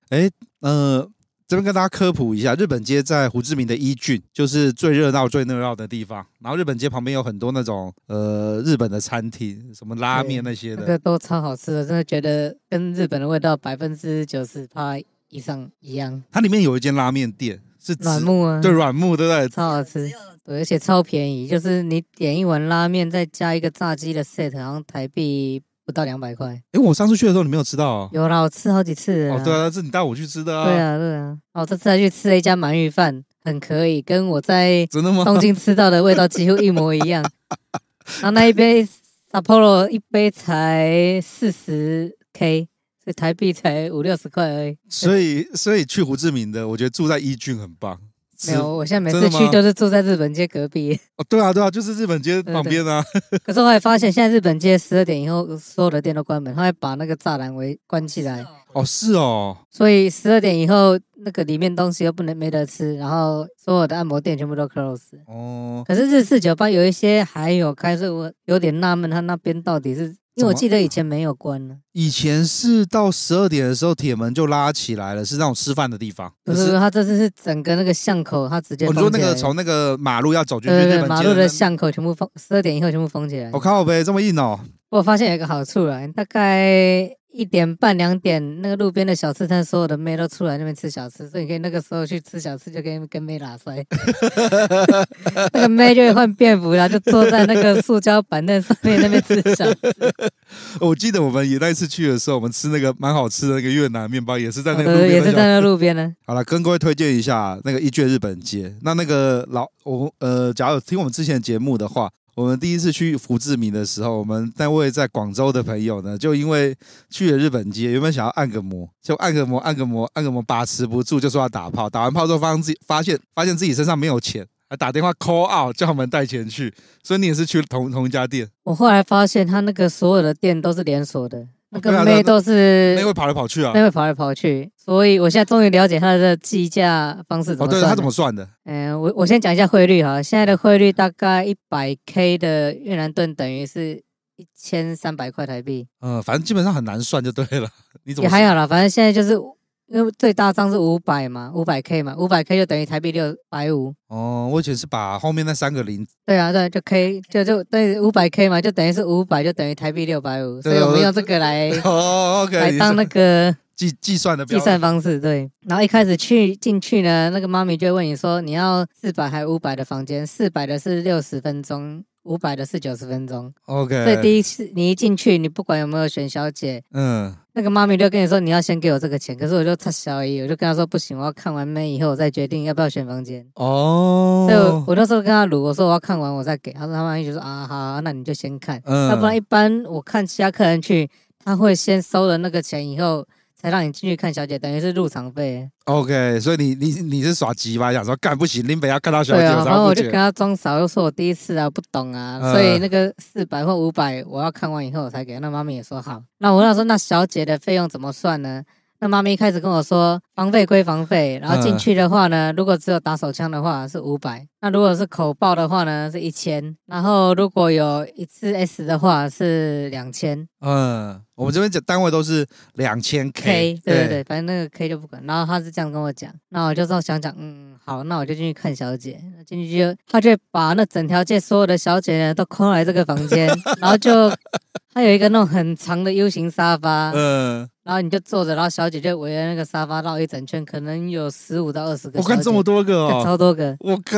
[SPEAKER 2] 呃，这边跟大家科普一下，日本街在胡志明的一郡，就是最热闹、最热闹的地方。然后日本街旁边有很多那种呃日本的餐厅，什么拉面那些
[SPEAKER 3] 那
[SPEAKER 2] 的。
[SPEAKER 3] 个都超好吃的，真的觉得跟日本的味道百分之九十八以上一样。
[SPEAKER 2] 它里面有一间拉面店是直
[SPEAKER 3] 软木啊，
[SPEAKER 2] 对软木，对不对？
[SPEAKER 3] 超好吃，对，而且超便宜，就是你点一碗拉面，再加一个炸鸡的 set，好像台币不到两百块。
[SPEAKER 2] 哎，我上次去的时候你没有吃到哦。
[SPEAKER 3] 有啦，我吃好几次了
[SPEAKER 2] 哦
[SPEAKER 3] 啦。，
[SPEAKER 2] 对啊，是你带我去吃的啊。
[SPEAKER 3] 对，啊，对啊。哦，这次还去吃了一家鳗鱼饭，很可以，跟我在
[SPEAKER 2] 真的吗？
[SPEAKER 3] 东京吃到的味道几乎一模一样。然后那一杯 Sapporo 一杯才四十 K，所以台币才五六十块而已。
[SPEAKER 2] 所以所以去胡志明的，我觉得住在一郡很棒。是
[SPEAKER 3] 没有，我现在每
[SPEAKER 2] 真
[SPEAKER 3] 次
[SPEAKER 2] 的
[SPEAKER 3] 去
[SPEAKER 2] 吗
[SPEAKER 3] 都是住在日本街隔壁。
[SPEAKER 2] 哦，对啊对啊，就是日本街旁边啊。
[SPEAKER 3] 可是后来发现，现在日本街十二点以后所有的店都关门，后来把那个栅栏围关起来，
[SPEAKER 2] 哦，是哦，
[SPEAKER 3] 所以十二点以后那个里面东西又不能没得吃，然后所有的按摩店全部都 close。
[SPEAKER 2] 哦，
[SPEAKER 3] 可是日式酒吧有一些还有开，所以我有点纳闷，他那边到底是因为我记得以前没有关呢，
[SPEAKER 2] 以前是到十二点的时候铁门就拉起来了，是那种吃饭的地方。
[SPEAKER 3] 不是，不是他这次是整个那个巷口，他直接
[SPEAKER 2] 哦，
[SPEAKER 3] 封
[SPEAKER 2] 你
[SPEAKER 3] 起
[SPEAKER 2] 说
[SPEAKER 3] 来
[SPEAKER 2] 那个从那个马路要走进去
[SPEAKER 3] 对
[SPEAKER 2] 日
[SPEAKER 3] 对
[SPEAKER 2] 本
[SPEAKER 3] 对
[SPEAKER 2] 街
[SPEAKER 3] 马路的
[SPEAKER 2] 那
[SPEAKER 3] 巷口全部封，十二点以后全部封起来。
[SPEAKER 2] 我靠呗，这么硬哦！
[SPEAKER 3] 我发现有一个好处啦，大概一点半两点，那个路边的小吃摊所有的妹都出来那边吃小吃，所以你可以那个时候去吃小吃，就跟跟妹拉塞。那个妹就会换便服，然后就坐在那个塑胶板凳上面那边吃小吃。
[SPEAKER 2] 我记得我们也那一次去的时候，我们吃那个蛮好吃的那个越南面包，也是在那个路
[SPEAKER 3] 对，呃也
[SPEAKER 2] 边
[SPEAKER 3] 是
[SPEAKER 2] 的
[SPEAKER 3] 在
[SPEAKER 2] 小。
[SPEAKER 3] 那路边呢。
[SPEAKER 2] 好了，跟各位推荐一下那个一卷日本街。那那个老我呃，假如有听我们之前的节目的话，我们第一次去胡志明的时候，我们那位在广州的朋友呢，就因为去了日本街，原本想要按个摩，就按个摩，按个摩，按个摩，把持不住，就说要打炮。打完炮之后，发现自己发现发现自己身上没有钱，还打电话 call out 叫他们带钱去。所以你也是去同 同一家店，
[SPEAKER 3] 我后来发现，他那个所有的店都是连锁的，那
[SPEAKER 2] 对啊
[SPEAKER 3] 个
[SPEAKER 2] 对啊
[SPEAKER 3] 妹都是
[SPEAKER 2] 那位跑来跑去啊。
[SPEAKER 3] 那会跑来跑去，所以我现在终于了解他的计价方式怎
[SPEAKER 2] 哦，
[SPEAKER 3] 么
[SPEAKER 2] 对，
[SPEAKER 3] 算了。
[SPEAKER 2] 他怎么算的？
[SPEAKER 3] 嗯、我我先讲一下汇率哈，现在的汇率大概一百 K 的越南盾等于是一千三百块台币，
[SPEAKER 2] 呃，反正基本上很难算就对了。你怎
[SPEAKER 3] 也
[SPEAKER 2] 么
[SPEAKER 3] 还好啦，反正现在就是因为最大张是五百嘛，五百 K 嘛，五百 K 就等于台币六百五。
[SPEAKER 2] 哦，我以前是把后面那三个零
[SPEAKER 3] 对啊，对，就 K 就就对五百 K 嘛，就等于是五百，就等于台币六百五，所以
[SPEAKER 2] 对啊
[SPEAKER 3] 我们
[SPEAKER 2] 我
[SPEAKER 3] 用这 个来
[SPEAKER 2] 哦，OK，
[SPEAKER 3] 来
[SPEAKER 2] 你
[SPEAKER 3] 当
[SPEAKER 2] 是
[SPEAKER 3] 那个
[SPEAKER 2] 计计算的
[SPEAKER 3] 计
[SPEAKER 2] 标
[SPEAKER 3] 算
[SPEAKER 2] 准。
[SPEAKER 3] 方式对。然后一开始去进去呢，那个妈咪就会问你说你要四百还五百的房间，四百的是六十分钟，五百的是九十分钟。
[SPEAKER 2] OK，
[SPEAKER 3] 所以第一次你一进去，你不管有没有选小姐，
[SPEAKER 2] 嗯，
[SPEAKER 3] 那个妈咪就跟你说你要先给我这个钱，可是我就差小姨，我就跟她说不行，我要看完妹以后我再决定要不要选房间。所以我
[SPEAKER 2] 哦，
[SPEAKER 3] 我那时候跟她撸，我说我要看完我再给，她说她妈咪就说啊好啊那你就先看，
[SPEAKER 2] 嗯
[SPEAKER 3] 要不然一般我看其他客人去，他会先收了那个钱以后才让你进去看小姐，等于是入场费。
[SPEAKER 2] OK，所以你你你是耍鸡吧？想说干不行，林北要看到小姐，
[SPEAKER 3] 对啊，
[SPEAKER 2] 我才
[SPEAKER 3] 然后
[SPEAKER 2] 要
[SPEAKER 3] 我
[SPEAKER 2] 付
[SPEAKER 3] 就
[SPEAKER 2] 钱
[SPEAKER 3] 跟他装傻，又说我第一次啊，我不懂啊，
[SPEAKER 2] 嗯
[SPEAKER 3] 所以那个四百或五百，我要看完以后我才给。那妈咪也说好。那我问她说，那小姐的费用怎么算呢？那妈咪一开始跟我说，房费归房费，然后进去的话
[SPEAKER 2] 嗯
[SPEAKER 3] 呢，如果只有打手枪的话是五百，那如果是口爆的话呢是一千，然后如果有一次 S 的话是两千
[SPEAKER 2] 嗯，我们这边讲单位都是两千
[SPEAKER 3] K，
[SPEAKER 2] K，
[SPEAKER 3] 对对对，反正那个 K 就不管。然后他是这样跟我讲，那我就这样想想，嗯，好，那我就进去看小姐。那进去就他就把那整条街所有的小姐呢都框来这个房间，然后就他有一个那种很长的 U 型沙发，
[SPEAKER 2] 嗯，
[SPEAKER 3] 然后你就坐着，然后小姐就围着那个沙发绕一整圈，可能有十五到二十个
[SPEAKER 2] 我
[SPEAKER 3] 小姐。
[SPEAKER 2] 看这么多个
[SPEAKER 3] 看
[SPEAKER 2] 哦，
[SPEAKER 3] 超多个，
[SPEAKER 2] 我靠，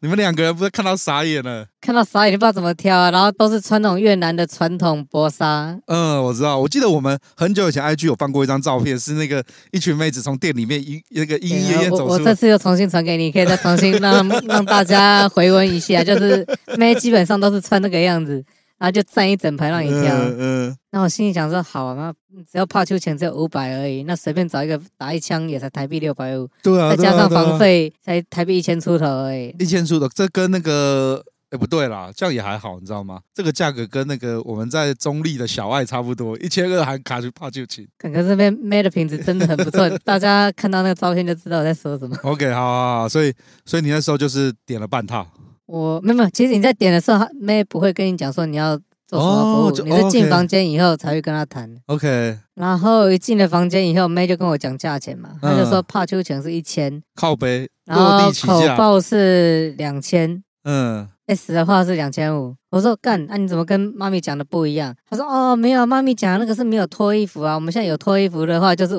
[SPEAKER 2] 你们两个人不是看到傻眼了？
[SPEAKER 3] 看到傻眼就不知道怎么挑啊，然后都是穿那种越南的传统薄纱，
[SPEAKER 2] 嗯，我知道，我记得我们很久以前 IG 有放过一张照片，是那个一群妹子从店里面一那个莺莺
[SPEAKER 3] 对
[SPEAKER 2] 燕
[SPEAKER 3] 啊
[SPEAKER 2] 燕
[SPEAKER 3] 我
[SPEAKER 2] 走
[SPEAKER 3] 我
[SPEAKER 2] 出
[SPEAKER 3] 这
[SPEAKER 2] 来，
[SPEAKER 3] 次又重新传给你，可以再重新让 让大家回温一下。就是妹基本上都是穿那个样子，然后就站一整排让你挑。
[SPEAKER 2] 嗯嗯，
[SPEAKER 3] 那我心里想说，好啊，那只要怕秋钱只有五百而已，那随便找一个打一枪也才台币六百五，
[SPEAKER 2] 对啊，
[SPEAKER 3] 再加上房
[SPEAKER 2] 费。
[SPEAKER 3] 费才台币一千出头而已。
[SPEAKER 2] 一千出的，这跟那个哎、不对啦，这样也还好，你知道吗？这个价格跟那个我们在中立的小爱差不多，一千二含卡就怕就请。
[SPEAKER 3] 可可这边妹的品质真的很不错，大家看到那个照片就知道我在说什么。
[SPEAKER 2] OK，好好好，所以所以你那时候就是点了半套，
[SPEAKER 3] 我没有没有，其实你在点的时候，妹不会跟你讲说你要做什么
[SPEAKER 2] 哦
[SPEAKER 3] 服
[SPEAKER 2] 就
[SPEAKER 3] 务，你是进
[SPEAKER 2] OK
[SPEAKER 3] 房间以后才会跟他谈。
[SPEAKER 2] OK，
[SPEAKER 3] 然后一进了房间以后，妹就跟我讲价钱嘛，她就说帕丘钱是一千，
[SPEAKER 2] 靠背嗯
[SPEAKER 3] 然
[SPEAKER 2] 落
[SPEAKER 3] 后
[SPEAKER 2] 地起
[SPEAKER 3] 口
[SPEAKER 2] 价，
[SPEAKER 3] 爆是两千。
[SPEAKER 2] 嗯，
[SPEAKER 3] S 的话是两千五，我说干，啊那、你怎么跟妈咪讲的不一样？她说哦，没有，妈咪讲的那个是没有脱衣服啊，我们现在有脱衣服的话，就是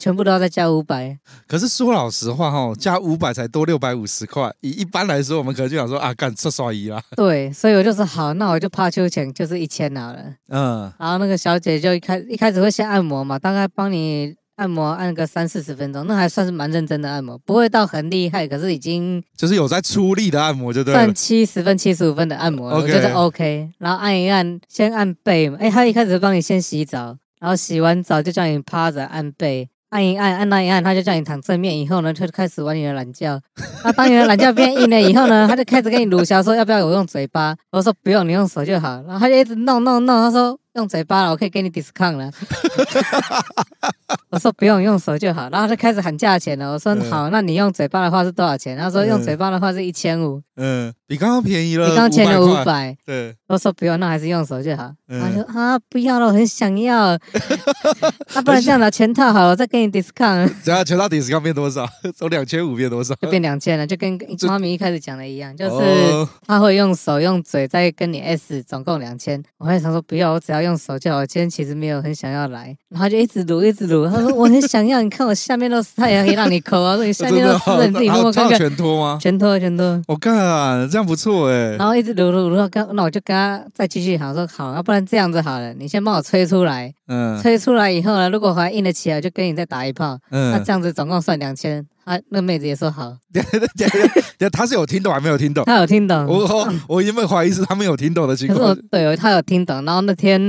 [SPEAKER 3] 全部都要再加五百。
[SPEAKER 2] 可是说老实话哈，加五百才多六百五十块，以一般来说，我们可能就想说啊，干这刷姨啦，
[SPEAKER 3] 对，所以我就说好，那我就怕秋钱就是一千好了。
[SPEAKER 2] 嗯
[SPEAKER 3] 然后那个小姐就一开一开始会先按摩嘛，大概帮你按摩按个三四十分钟，那还算是蛮认真的按摩，不会到很厉害，可是已经
[SPEAKER 2] 就是有在出力的按摩就对了
[SPEAKER 3] 算，七十分、七十五分的按摩了，我
[SPEAKER 2] OK
[SPEAKER 3] 觉得 OK。然后按一按，先按背嘛，哎，她一开始帮你先洗澡，然后洗完澡就叫你趴着按背。按一按，按到一按，她就叫你躺正面。以后呢，她就开始玩你的懒觉。那当你的懒觉变硬了以后呢，她就开始跟你撸小说要不要我用嘴巴？我说不用，你用手就好。然后她就一直弄弄弄，她说用嘴巴了，我可以给你 discount 了。 我说不用，用手就好。然后她就开始喊价钱了。我说
[SPEAKER 2] 嗯
[SPEAKER 3] 好，那你用嘴巴的话是多少钱？她说用
[SPEAKER 2] 嗯
[SPEAKER 3] 嘴巴的话是一千五。
[SPEAKER 2] 嗯，比刚刚便宜了，
[SPEAKER 3] 你刚欠了五
[SPEAKER 2] 500块，
[SPEAKER 3] 百，
[SPEAKER 2] 对，
[SPEAKER 3] 我说不用，那还是用手就好。
[SPEAKER 2] 嗯
[SPEAKER 3] 他说啊，不要了，我很想要。那不然这样了，全套好了，我再给你 discount，
[SPEAKER 2] 然后全到底是刚变多少？ 从两千五变多少？
[SPEAKER 3] 就变两千了，就跟妈咪一开始讲的一样，就是
[SPEAKER 2] 哦
[SPEAKER 3] 他会用手用嘴再跟你 S，总共两千。我还想说不要，我只要用手就好。我今天其实没有很想要来，然后就一直撸一直撸。他说我很想要，你看我下面都湿，他也可以让你抠啊，我说你下
[SPEAKER 2] 真
[SPEAKER 3] 面都
[SPEAKER 2] 的
[SPEAKER 3] 湿了，你自己摸摸
[SPEAKER 2] 他
[SPEAKER 3] 看
[SPEAKER 2] 有
[SPEAKER 3] 看，
[SPEAKER 2] 全脱吗？
[SPEAKER 3] 全脱全脱。
[SPEAKER 2] 我看啊，这样不错哎
[SPEAKER 3] 然，后一直撸撸撸，然后跟那我就跟他再继续好说好，要不然这样子好了，你先帮我吹出来，
[SPEAKER 2] 嗯
[SPEAKER 3] 吹出来以后呢，如果还硬得起来，就跟你再打一炮。那
[SPEAKER 2] 嗯 哦
[SPEAKER 3] 这，样子总共算两千。啊，那妹子也说好，
[SPEAKER 2] 他是有听懂还没有听懂？
[SPEAKER 3] 她有听懂，
[SPEAKER 2] 我我我原本怀疑是他们有听懂的情
[SPEAKER 3] 可是我
[SPEAKER 2] 况，
[SPEAKER 3] 对我她有听懂。然后那天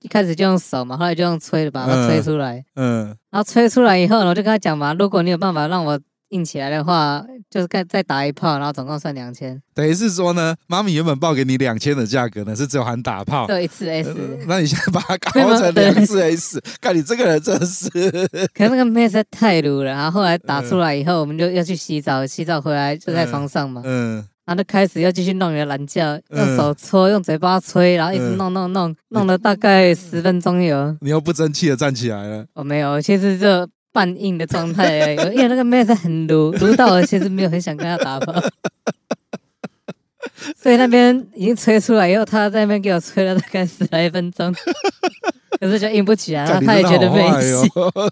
[SPEAKER 3] 一开始就用手嘛，后来就用吹的把它
[SPEAKER 2] 嗯
[SPEAKER 3] 吹出来。
[SPEAKER 2] 嗯
[SPEAKER 3] 然后吹出来以后呢，我就跟她讲嘛，如果你有办法让我硬起来的话，就是再再打一炮，然后总共算两千，
[SPEAKER 2] 等于是说呢，妈咪原本报给你两千的价格呢，是只有含打炮。
[SPEAKER 3] 就一次 S
[SPEAKER 2] 呃。那你现在把它搞
[SPEAKER 3] 没有
[SPEAKER 2] 成
[SPEAKER 3] 对
[SPEAKER 2] 两次 S，看你这个人真的是，
[SPEAKER 3] 可是那个妹子太鲁了，然后后来打出来以后，我们就要去洗澡，洗澡回来就在床上嘛，
[SPEAKER 2] 嗯，
[SPEAKER 3] 然后就开始要继续弄你的懒觉，
[SPEAKER 2] 嗯
[SPEAKER 3] 用手搓，用嘴巴吹，然后一直弄弄弄，弄了大概十分钟有，
[SPEAKER 2] 你又不争气的站起来了，
[SPEAKER 3] 我没有，其实就半硬的状态而已，因为那个妹子很鲁，鲁到我其实没有很想跟她打 炮。所以那边已经吹出来以后，她在那边给我吹了大概十来分钟，可是就硬不起来，然
[SPEAKER 2] 干
[SPEAKER 3] 后
[SPEAKER 2] 你
[SPEAKER 3] 啊她也
[SPEAKER 2] 真的
[SPEAKER 3] 觉得
[SPEAKER 2] 好
[SPEAKER 3] 没
[SPEAKER 2] 坏
[SPEAKER 3] 戏。
[SPEAKER 2] 哦。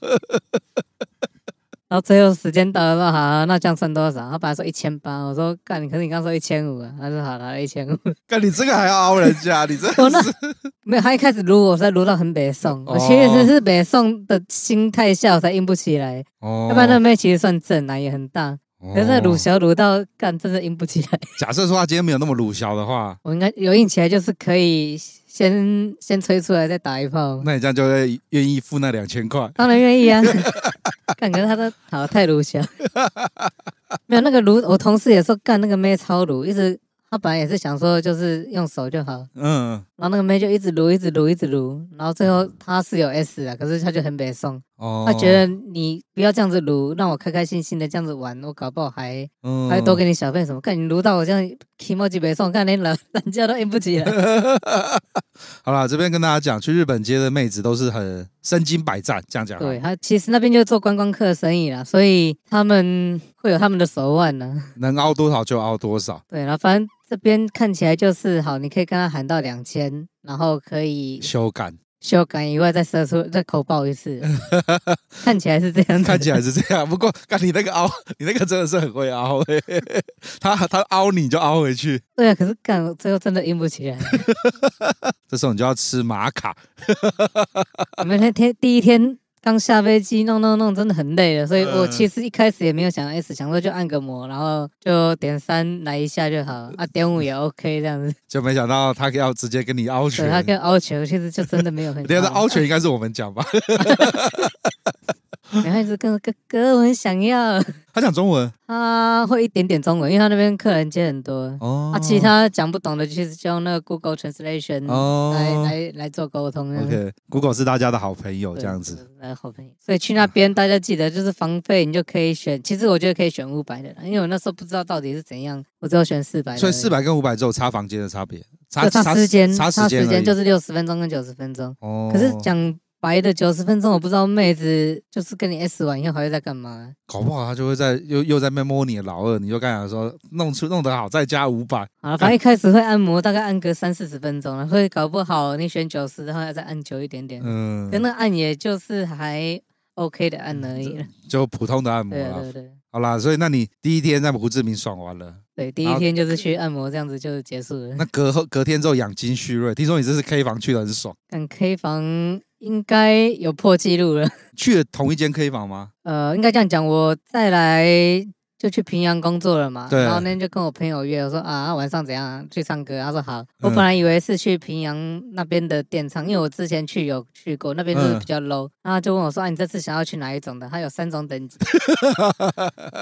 [SPEAKER 3] 然后最后时间到了，说好，那这样算多少？他本来说一千八，我说干，可是你刚说一千五啊，他说好了，一千五。
[SPEAKER 2] 看你这个还要凹人家，你这
[SPEAKER 3] 我那 没有，他一开始撸我，是撸到很北宋，我其实是北宋的心态下我才硬不起来，
[SPEAKER 2] 哦
[SPEAKER 3] 要不然那妹其实算正啊，也很大，可是那
[SPEAKER 2] 哦
[SPEAKER 3] 鲁小鲁到干真的硬不起来，
[SPEAKER 2] 假设说他今天没有那么鲁小的话，
[SPEAKER 3] 我应该有硬起来就是可以先先吹出来再打一炮，
[SPEAKER 2] 那你这样就会愿意付那两千块。
[SPEAKER 3] 当然愿意啊， 干，可是他都好太鲁小，没有那个鲁，我同事也说干那个妹超鲁，一直他本来也是想说就是用手就好。
[SPEAKER 2] 嗯，
[SPEAKER 3] 然后那个妹就一直撸，一直撸，一直撸，然后最后她是有 S 啊，可是她就很北宋，
[SPEAKER 2] 哦，
[SPEAKER 3] 她觉得你不要这样子撸，让我开开心心的这样子玩，我搞不好还
[SPEAKER 2] 嗯
[SPEAKER 3] 还多给你小费什么，看你撸到我这样 i m o j 北宋，看连人人家都硬不起来，
[SPEAKER 2] 好啦，这边跟大家讲，去日本街的妹子都是很身经百战，这样讲好。啊
[SPEAKER 3] 对，她其实那边就是做观光客的生意啦，所以他们会有他们的手腕呢、
[SPEAKER 2] 能凹多少就凹多少，
[SPEAKER 3] 对，然后反正这边看起来就是好，你可以跟他喊到两千，然后可以
[SPEAKER 2] 修感
[SPEAKER 3] 修改以外再射出再口爆 一次，看起来是这样子，
[SPEAKER 2] 看起来是这样。不 过，看你那个凹，你那个真的是很会凹、欸， 他他凹你就凹回去。
[SPEAKER 3] 对啊，可是干我最后真的硬不起来。
[SPEAKER 2] 这时候你就要吃玛卡，
[SPEAKER 3] 我们那天第一天刚下飞机，弄弄弄，真的很累了，所以我
[SPEAKER 2] 嗯
[SPEAKER 3] 其实一开始也没有想 S，想说就按个摩，然后就点三来一下就好，啊点 五也 OK 这样子。
[SPEAKER 2] 就没想到他要直接跟你凹
[SPEAKER 3] 对，他
[SPEAKER 2] 拳。
[SPEAKER 3] 跟凹球其实就真的 没有很
[SPEAKER 2] 等一下
[SPEAKER 3] 高，
[SPEAKER 2] 凹拳应该是我们讲吧？
[SPEAKER 3] 然后一直跟我哥哥，我很想要。
[SPEAKER 2] 他讲中文
[SPEAKER 3] 他会一点点中文，因为他那边客人接很多。
[SPEAKER 2] 哦
[SPEAKER 3] 啊，其他讲不懂的，其实就用那个 Google Translation
[SPEAKER 2] 哦
[SPEAKER 3] 来来来做沟通。
[SPEAKER 2] OK，Google 是大家的好朋友，
[SPEAKER 3] 对
[SPEAKER 2] 这样子。，
[SPEAKER 3] 呃，好朋友。所以去那边，大家记得就是房费，你就可以选。其实我觉得可以选五百的啦，因为我那时候不知道到底是怎样，我只有选四百。
[SPEAKER 2] 所以四，百跟五百只有差房间的差别，差
[SPEAKER 3] 就差时间，
[SPEAKER 2] 差
[SPEAKER 3] 差
[SPEAKER 2] 间
[SPEAKER 3] 时
[SPEAKER 2] 而已
[SPEAKER 3] 间就是六十分钟跟九十分钟。
[SPEAKER 2] 哦，
[SPEAKER 3] 可是讲白的九十分钟，我不知道妹子就是跟你 S 完以后还会在干嘛。
[SPEAKER 2] 搞不好他就会在又又在那边摸你的老二，你就刚才说弄出弄得好，再加五百，
[SPEAKER 3] 好 了，反正一开始会按摩，大概按个三四十分钟了，会搞不好你选九十，然后要再按久一点点。
[SPEAKER 2] 嗯
[SPEAKER 3] 可，那按也就是还 OK 的按而已了。
[SPEAKER 2] 就普通嗯的按摩
[SPEAKER 3] 对啊，
[SPEAKER 2] 啦
[SPEAKER 3] 对。对对
[SPEAKER 2] 好啦，所以那你第一天在胡志明爽完了，
[SPEAKER 3] 对，第
[SPEAKER 2] 然
[SPEAKER 3] 一
[SPEAKER 2] 后
[SPEAKER 3] 天就是去按摩，这样子就结束了
[SPEAKER 2] 那。隔后隔天之后养精蓄锐，听说你这次 K 房去的很爽，
[SPEAKER 3] 但 K 房应该有破纪录了。
[SPEAKER 2] 去了同一间 K 房吗？
[SPEAKER 3] 呃，应该这样讲，我再来就去平阳工作了嘛。
[SPEAKER 2] 对
[SPEAKER 3] 然后那天就跟我朋友约，我说啊，晚上怎样啊去唱歌？他说好。我
[SPEAKER 2] 嗯
[SPEAKER 3] 本来以为是去平阳那边的店唱，因为我之前去有去过，那边就是
[SPEAKER 2] 嗯
[SPEAKER 3] 比较 low。然后就问我说啊，你这次想要去哪一种的？它有三 种等级。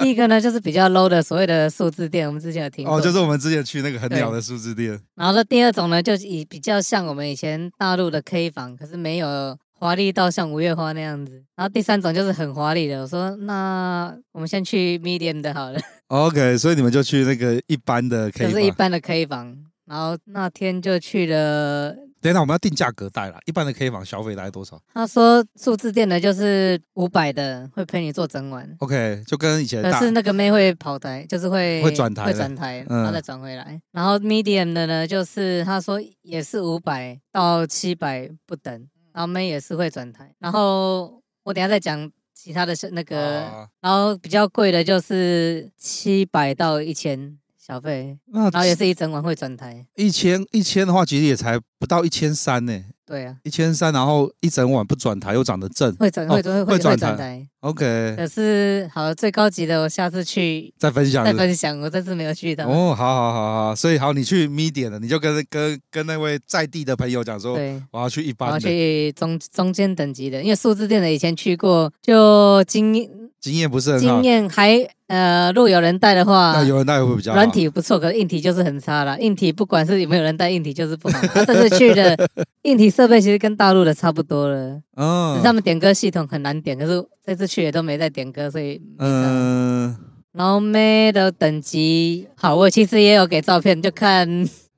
[SPEAKER 3] 第一个呢，就是比较 low 的所谓的数字店，我们之前有听过。
[SPEAKER 2] 哦，就是我们之前去那个很鸟的数字店，
[SPEAKER 3] 然后这第二种呢，就是以比较像我们以前大陆的 K 房，可是没有华丽到像五月花那样子。然后第三种就是很华丽的，我说那我们先去 medium 的好了，
[SPEAKER 2] OK，所以你们就去那个一般的 K
[SPEAKER 3] 就是一
[SPEAKER 2] 房。
[SPEAKER 3] 般的 K 房。然后那天就去了，
[SPEAKER 2] 等一下我们要定价格带啦，一般的 K 房消费大概多少
[SPEAKER 3] 他说数字店的就是五百的会陪你做整晚，
[SPEAKER 2] ？OK，就跟以前
[SPEAKER 3] 可
[SPEAKER 2] 呃大
[SPEAKER 3] 是那个妹会跑台，就是会
[SPEAKER 2] 会转台
[SPEAKER 3] 会
[SPEAKER 2] 的
[SPEAKER 3] 转台，
[SPEAKER 2] 嗯
[SPEAKER 3] 然后再转回来。然后 medium 的呢，就是他说也是五百到七百不等，然后妹也是会转台。然后我等一下再讲其他的是那个，
[SPEAKER 2] 哦
[SPEAKER 3] 然后比较贵的就是七百到一千小费，
[SPEAKER 2] 那
[SPEAKER 3] 然后也是一整晚会转台。
[SPEAKER 2] 一千一千的话，其实也才不到一千三呢，
[SPEAKER 3] 对啊，
[SPEAKER 2] 一千三，然后一整晚不转台又长得正
[SPEAKER 3] 会转
[SPEAKER 2] 哦
[SPEAKER 3] 会会
[SPEAKER 2] 会
[SPEAKER 3] 会
[SPEAKER 2] 转
[SPEAKER 3] 转
[SPEAKER 2] 台
[SPEAKER 3] 台。
[SPEAKER 2] ，OK，
[SPEAKER 3] 可是好，最高级的我下次去
[SPEAKER 2] 再分享
[SPEAKER 3] 再
[SPEAKER 2] 是不是
[SPEAKER 3] 分享，我这次没有去到。
[SPEAKER 2] 哦，好好好好，所以好，你去 medium 的，你就跟跟跟那位在地的朋友讲说，
[SPEAKER 3] 对。
[SPEAKER 2] 我要去一
[SPEAKER 3] 然
[SPEAKER 2] 般
[SPEAKER 3] 后
[SPEAKER 2] 的，
[SPEAKER 3] 去中中间等级的，因为数字店的以前去过，就经
[SPEAKER 2] 经验不是很好
[SPEAKER 3] 经，验还呃，如果有人带的话
[SPEAKER 2] 那，有人带会比较好。
[SPEAKER 3] 软体不错，可是硬体就是很差啦。硬体不管是有没有人带，硬体就是 不好。他这次去的硬体设备其实跟大陆的差不多了，只是他
[SPEAKER 2] 嗯
[SPEAKER 3] 们点歌系统很难点，可是这次去也都没在点歌，所以没差。
[SPEAKER 2] 嗯，
[SPEAKER 3] 然后妹的等级好，我其实也有给照片，就看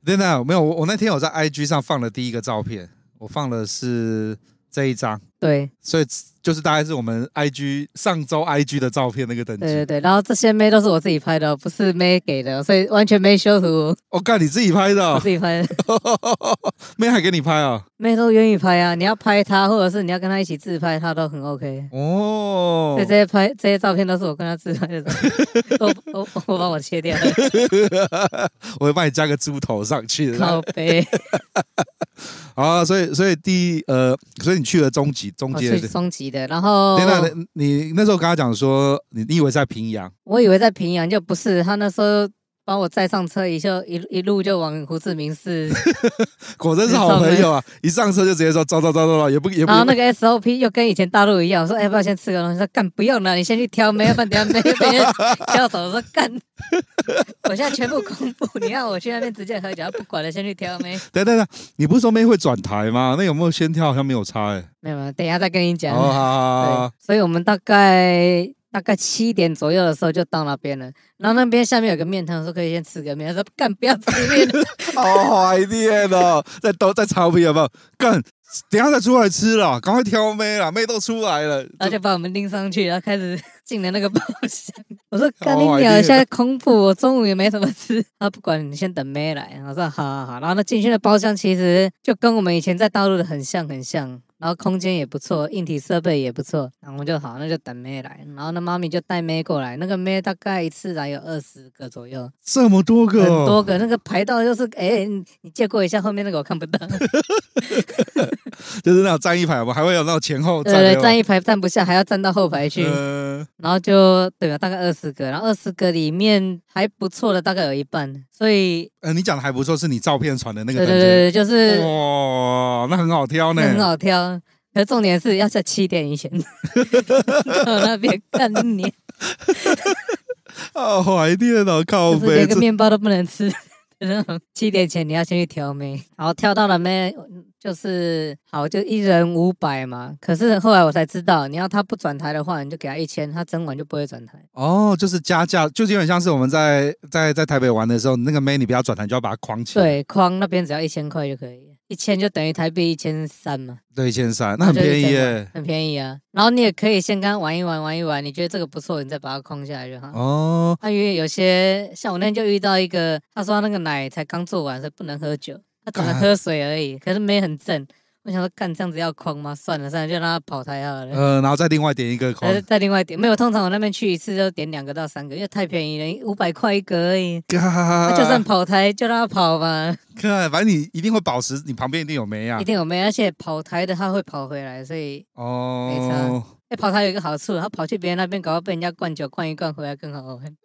[SPEAKER 2] 真的没有，我我那天有在 IG 上放了第一个照片，我放的是这一张，
[SPEAKER 3] 对
[SPEAKER 2] 所以就是大概是我们 IG 上周 IG 的照片那个等
[SPEAKER 3] 对对
[SPEAKER 2] 级。
[SPEAKER 3] 对，然后这些妹都是我自己拍的哦，不是妹给的哦，所以完全没修图，
[SPEAKER 2] 我靠，你自己拍的
[SPEAKER 3] 我
[SPEAKER 2] 哦，
[SPEAKER 3] 自己拍的。
[SPEAKER 2] 妹还给你拍啊？
[SPEAKER 3] 妹都愿意拍啊，你要拍她，或者是你要跟她一起自拍，她 都很 OK。
[SPEAKER 2] 哦
[SPEAKER 3] 所以，这些拍这些照片都是我跟她自拍的照片，我 我我我把我 切掉了，
[SPEAKER 2] 我会帮你加个猪头上去。
[SPEAKER 3] 靠背。
[SPEAKER 2] 啊，所以所以第一呃，所以你去了中级中
[SPEAKER 3] 我
[SPEAKER 2] 阶
[SPEAKER 3] 去
[SPEAKER 2] 的。
[SPEAKER 3] 松吉的，然后
[SPEAKER 2] 对那你你那时候跟他讲说，你你以为在平阳，
[SPEAKER 3] 我以为在平阳，就不是他那时候。把我载上车，一就一一路就往胡志 明市，
[SPEAKER 2] 果真是好朋友啊！一上车就直接说走走走走走，也不也不
[SPEAKER 3] 然后那个 SOP 又跟以前大陆一样，我说、哎要不要先吃个东西？他说干不用了，你先去挑妹，要不然等下妹 被人挑走。我说干， 我现在全部公布，你让我去那边直接喝酒，他不管了，先去挑妹。
[SPEAKER 2] 等等等，你不是说妹会转台吗？那有没有先跳？好像没有差哎、
[SPEAKER 3] 没有，没有，等一下再跟你
[SPEAKER 2] 欸。
[SPEAKER 3] 讲。
[SPEAKER 2] 哦，好好好
[SPEAKER 3] 对，所以我们大概大概七点左右的时候就到那边了。然后那边下面有个面摊，我说可以先吃个面，他说干不要吃面，
[SPEAKER 2] 好，好怀念哦！在都在潮皮有没有？干，等一下再出来吃啦，赶快挑妹啦，妹都出来了。
[SPEAKER 3] 然后就把我们拎上去，然后开始进了那个包厢。我说干你
[SPEAKER 2] 好怀
[SPEAKER 3] 鸟，
[SPEAKER 2] 念
[SPEAKER 3] 现在空腹，我中午也没什么吃。他不管你先等妹来，我说好好好。然后那进去的包厢其实就跟我们以前在大陆的很像很像。然后空间也不错，硬体设备也不错，然后我们就好，那就等妹来。然后那妈咪就带妹过来，那个妹大概一次来有二十个左右，
[SPEAKER 2] 这么多个、
[SPEAKER 3] 很
[SPEAKER 2] 哦，
[SPEAKER 3] 多个，那个排到就是，哎、你你借过一下，后面那个我看不到，
[SPEAKER 2] 就是那种站一排，我们还会有那种前后
[SPEAKER 3] 对
[SPEAKER 2] 站的
[SPEAKER 3] 对，
[SPEAKER 2] 有没有
[SPEAKER 3] 站一排站不下，还要站到后排去，
[SPEAKER 2] 呃
[SPEAKER 3] 然后就对吧？大概二十个，然后二十个里面还不错的，大概有一半，所以
[SPEAKER 2] 呃，你讲的还不错，是你照片传的那个
[SPEAKER 3] 对对
[SPEAKER 2] 等级。
[SPEAKER 3] 对，对就是
[SPEAKER 2] 哇，那很好挑呢，
[SPEAKER 3] 那很好挑。可重点是要在七点以前 到那边干 你，
[SPEAKER 2] 好怀念哦，靠
[SPEAKER 3] 就是
[SPEAKER 2] 背
[SPEAKER 3] 连个面包都不能吃。七点前你要先去挑妹，然后挑到了妹就是好，就一人五百嘛。可是后来我才知道，你要他不转台的话，你就给他一千，他整晚就不会转台。
[SPEAKER 2] 哦，就是加价，就是有点像是我们在在在台北玩的时候，那个妹你不要转台，你就要把它框起来。
[SPEAKER 3] 对，框那边只要一千块就可以，一千就等于台币一千三嘛。
[SPEAKER 2] 对，一千三，那很便宜耶。
[SPEAKER 3] 很便宜啊。然后你也可以先跟他玩一玩，玩一玩，你觉得这个不错，你再把它框下来就好。
[SPEAKER 2] 哦，
[SPEAKER 3] 那因为有些像我那天就遇到一个，他说他那个奶才刚做完，所以不能喝酒，他只能
[SPEAKER 2] 干
[SPEAKER 3] 喝水而已，可是没很正。我想说，干这样子要框吗？算了算了，就让他跑台好了。
[SPEAKER 2] 呃，然后再另外点一个框
[SPEAKER 3] 还，是再另外点，没有。通常我那边去一次就点两个到三个，因为太便宜了，五百块一个而 已。他
[SPEAKER 2] 他
[SPEAKER 3] 就算跑台，就让他跑吧，
[SPEAKER 2] 看，反正你一定会保持，你旁边一定有妹啊
[SPEAKER 3] 一。定有没有。而且跑台的他会跑回来，所以没
[SPEAKER 2] 哦
[SPEAKER 3] 差，哎、跑台有一个好处，他跑去别人那边，搞到被人家灌酒灌一灌回来更好玩。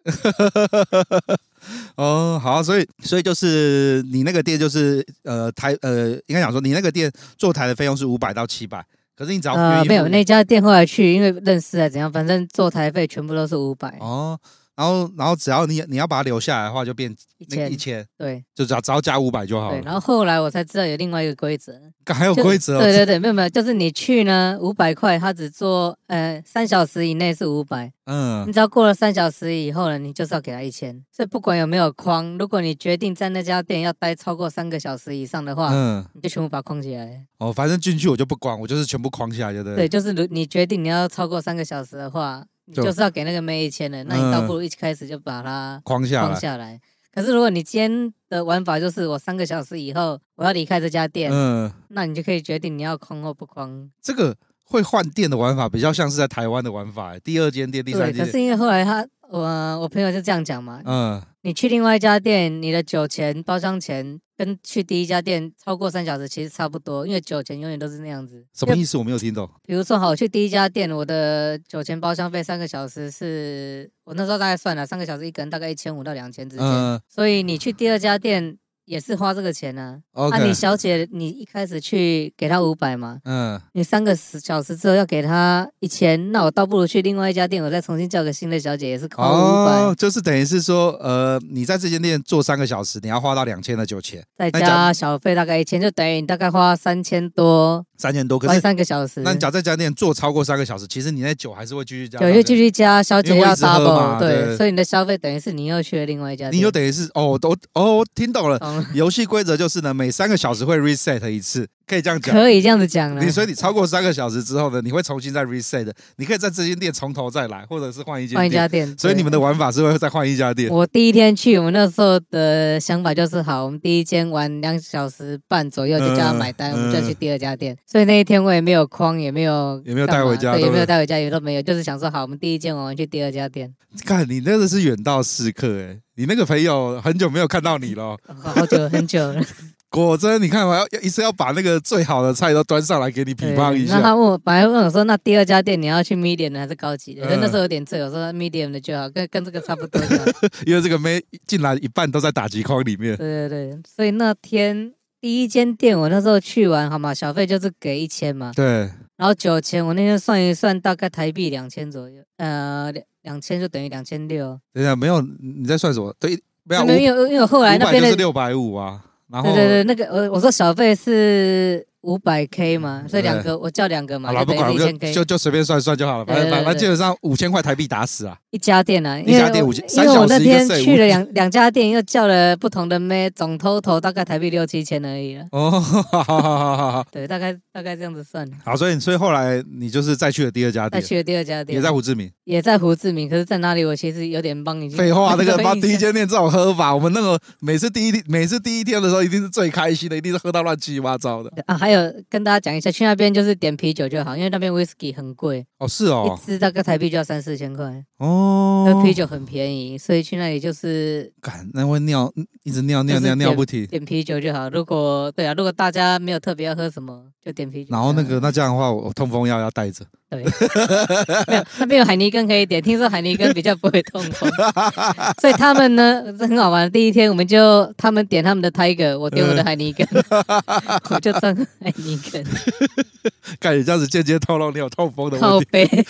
[SPEAKER 2] 哦，好，所以所以就是你那个店就是呃台呃，应该讲说你那个店做台的费用是五百到七百，可是你只要愿
[SPEAKER 3] 呃，
[SPEAKER 2] 意
[SPEAKER 3] 没有
[SPEAKER 2] 付
[SPEAKER 3] 那家店后来去，因为认识啊怎样，反正做台费全部都是五百、
[SPEAKER 2] 哦，然后然后只要你你要把它留下来的话，就变
[SPEAKER 3] 一
[SPEAKER 2] 那个
[SPEAKER 3] 千
[SPEAKER 2] 一，千，
[SPEAKER 3] 对
[SPEAKER 2] 就只要只要加五百就好
[SPEAKER 3] 对。
[SPEAKER 2] 了。
[SPEAKER 3] 然后后来我才知道有另外一个规则，
[SPEAKER 2] 干还有
[SPEAKER 3] 就
[SPEAKER 2] 规则哦，
[SPEAKER 3] 对对对，没有没有，就是你去呢五百块，他只做呃三小时以内是五百，你
[SPEAKER 2] 嗯，
[SPEAKER 3] 只要过了三小时以后呢，你就是要给他一千。所以不管有没有框，如果你决定在那家店要待超过三个小时以上的话，
[SPEAKER 2] 嗯，
[SPEAKER 3] 你就全部把它框起来。
[SPEAKER 2] 哦，反正进去我就不管，我就是全部框起来就对了。
[SPEAKER 3] 对，就是如你决定你要超过三个小时的话，你
[SPEAKER 2] 就
[SPEAKER 3] 就是要给那个妹一千的，那你倒不如一开始就把它
[SPEAKER 2] 框下
[SPEAKER 3] 框
[SPEAKER 2] 来。
[SPEAKER 3] 下来。可是如果你今天的玩法就是我三个小时以后我要离开这家店，
[SPEAKER 2] 嗯，
[SPEAKER 3] 那你就可以决定你要框或不框。
[SPEAKER 2] 这个会换店的玩法比较像是在台湾的玩法，欸第二间店、第
[SPEAKER 3] 对，
[SPEAKER 2] 三
[SPEAKER 3] 可
[SPEAKER 2] 间
[SPEAKER 3] 是
[SPEAKER 2] 店。
[SPEAKER 3] 因为后来他我我朋友就这样讲嘛，
[SPEAKER 2] 嗯，
[SPEAKER 3] 你去另外一家店，你的酒钱、包厢钱跟去第一家店超过三小时其实差不多，因为酒钱永远都是那样子。
[SPEAKER 2] 什么意思？我没有听懂。
[SPEAKER 3] 比如说，好，我去第一家店，我的酒钱包厢费三个小时是，我那时候大概算了，三个小时一个人大概一千五到两千之间。
[SPEAKER 2] 嗯
[SPEAKER 3] 所以你去第二家店也是花这个钱呢、啊。那、
[SPEAKER 2] ，OK，
[SPEAKER 3] 你小姐，你一开始去给她五百嘛，
[SPEAKER 2] 嗯，
[SPEAKER 3] 你三个十小时之后要给她一千，那我倒不如去另外一家店，我再重新叫个新的小姐，也是花五百、
[SPEAKER 2] 哦，就是等于是说，呃，你在这间店做三个小时，你要花到两千的酒钱，
[SPEAKER 3] 再
[SPEAKER 2] 那假
[SPEAKER 3] 加小费大概一千，就等于你大概花三千多，
[SPEAKER 2] 三千多。可
[SPEAKER 3] 玩
[SPEAKER 2] 是，
[SPEAKER 3] 哦三个小时。
[SPEAKER 2] 那你假在这家店做超过三个小时，其实你那酒还是会继续加上
[SPEAKER 3] 有
[SPEAKER 2] 去，
[SPEAKER 3] 又继续加，小姐
[SPEAKER 2] 因为我
[SPEAKER 3] 要
[SPEAKER 2] 一直喝
[SPEAKER 3] double，
[SPEAKER 2] 嘛对
[SPEAKER 3] 对，所以你的消费等于是你又去了另外一家店，
[SPEAKER 2] 你就等于是哦，我都哦，我听懂 了。
[SPEAKER 3] 懂了
[SPEAKER 2] 游戏规则就是呢，每三个小时会 reset 一次，可以这样讲。
[SPEAKER 3] 可以这样子讲了
[SPEAKER 2] 你。所以你超过三个小时之后呢，你会重新再 reset，的你可以在这间店从头再来，或者是换一间
[SPEAKER 3] 换一
[SPEAKER 2] 店。
[SPEAKER 3] 家店，
[SPEAKER 2] 所以你们的
[SPEAKER 3] 对。
[SPEAKER 2] 玩法是会再换一家店。
[SPEAKER 3] 我第一天去，我们那时候的想法就是，好，我们第一间玩两小时半左右就叫他买单，
[SPEAKER 2] 嗯
[SPEAKER 3] 我们再去第二家店。所以那一天我也没有框，也没有
[SPEAKER 2] 也没有
[SPEAKER 3] 干嘛
[SPEAKER 2] 带回家
[SPEAKER 3] 对，
[SPEAKER 2] 对
[SPEAKER 3] 也
[SPEAKER 2] 不对
[SPEAKER 3] 没有带回家，也都没有，就是想说，好，我们第一间玩完去第二家店，
[SPEAKER 2] 看你那个是远到时刻哎、你那个朋友很久没有看到你了，
[SPEAKER 3] 好好久很久 了。
[SPEAKER 2] 果真你看我要要一次要把那个最好的菜都端上来给你
[SPEAKER 3] 对
[SPEAKER 2] 品尝一
[SPEAKER 3] 那
[SPEAKER 2] 下。
[SPEAKER 3] 他问我，本来问我说，那第二家店你要去 medium 的还是高级
[SPEAKER 2] 嗯
[SPEAKER 3] 的？可是那时候有点醉，我说 medium 的就好，跟跟这个差不多就好。
[SPEAKER 2] 因为这个妹进来一半都在打击框里 面，
[SPEAKER 3] 对对对，所以那天第一间店我那时候去玩，好嘛，小费就是给一千嘛，
[SPEAKER 2] 对，
[SPEAKER 3] 然后酒钱我那天算一算，大概台币两千左右，呃，两两千就等于两千六。
[SPEAKER 2] 等一下没有你在算什么？对，没有
[SPEAKER 3] 因
[SPEAKER 2] 五
[SPEAKER 3] 为因为因为后来
[SPEAKER 2] 五
[SPEAKER 3] 那
[SPEAKER 2] 百就
[SPEAKER 3] 边
[SPEAKER 2] 是
[SPEAKER 3] 的
[SPEAKER 2] 六百五啊，然后
[SPEAKER 3] 对对对，那个我我说小费是五百 K 嘛，所
[SPEAKER 2] 嗯对
[SPEAKER 3] 以两个我叫两个嘛，
[SPEAKER 2] 好了，
[SPEAKER 3] 就
[SPEAKER 2] 不
[SPEAKER 3] 等
[SPEAKER 2] 管
[SPEAKER 3] 于
[SPEAKER 2] 我
[SPEAKER 3] 一
[SPEAKER 2] 们
[SPEAKER 3] 千
[SPEAKER 2] 就
[SPEAKER 3] K
[SPEAKER 2] 就就随便算一算就好了，反正
[SPEAKER 3] 对对
[SPEAKER 2] 反
[SPEAKER 3] 对
[SPEAKER 2] 正基本上五千块台币打死啊。
[SPEAKER 3] 一家店啊，
[SPEAKER 2] 一
[SPEAKER 3] 因为
[SPEAKER 2] 家店
[SPEAKER 3] 我
[SPEAKER 2] 五千
[SPEAKER 3] 因
[SPEAKER 2] 三
[SPEAKER 3] 为
[SPEAKER 2] 小
[SPEAKER 3] 我
[SPEAKER 2] 时一
[SPEAKER 3] 那
[SPEAKER 2] 个
[SPEAKER 3] 天
[SPEAKER 2] 税
[SPEAKER 3] 去
[SPEAKER 2] 五
[SPEAKER 3] 了两两家店，又叫了不同的妹，总 total 大概台币六七千而已了。
[SPEAKER 2] 哦，好好好好好好，
[SPEAKER 3] 对，大概大概这样子算了。
[SPEAKER 2] 哦 好，所以所以后来你就是再去了第二家
[SPEAKER 3] 再
[SPEAKER 2] 店，
[SPEAKER 3] 去了第二家店，
[SPEAKER 2] 也在胡志明。
[SPEAKER 3] 也在胡志明，可是在哪里？我其实有点帮你。
[SPEAKER 2] 废 话，那个妈
[SPEAKER 3] 帮
[SPEAKER 2] 第一间店这种喝法，我们那个每次第一天每次第一天的时候一定是最开心的，一定是喝到乱七八糟的。
[SPEAKER 3] 啊，还有跟大家讲一下，去那边就是点啤酒就好，因为那边 whisky 很贵，
[SPEAKER 2] 哦，是哦
[SPEAKER 3] 一，支大概台币就要三四千块，
[SPEAKER 2] 哦
[SPEAKER 3] 喝，啤酒很便宜，所以去那里就是
[SPEAKER 2] 干，那会尿，一直尿尿
[SPEAKER 3] 就是
[SPEAKER 2] 尿
[SPEAKER 3] 点
[SPEAKER 2] 尿不停。
[SPEAKER 3] 点啤酒就好。如果对啊，如果大家没有特别要喝什么，就点啤酒就
[SPEAKER 2] 然
[SPEAKER 3] 好。
[SPEAKER 2] 后那个，那这样的话，我我痛风药要带着。
[SPEAKER 3] 对，没有那边有海尼根可以点，听说海尼根比较不会痛 风，所以他们呢这很好玩。第一天我们就他们点他们的 Tiger，我点我的海尼根，我就赚海尼根。
[SPEAKER 2] 干，你这样子间接透露你有痛风的
[SPEAKER 3] 靠
[SPEAKER 2] 问题。
[SPEAKER 3] 背，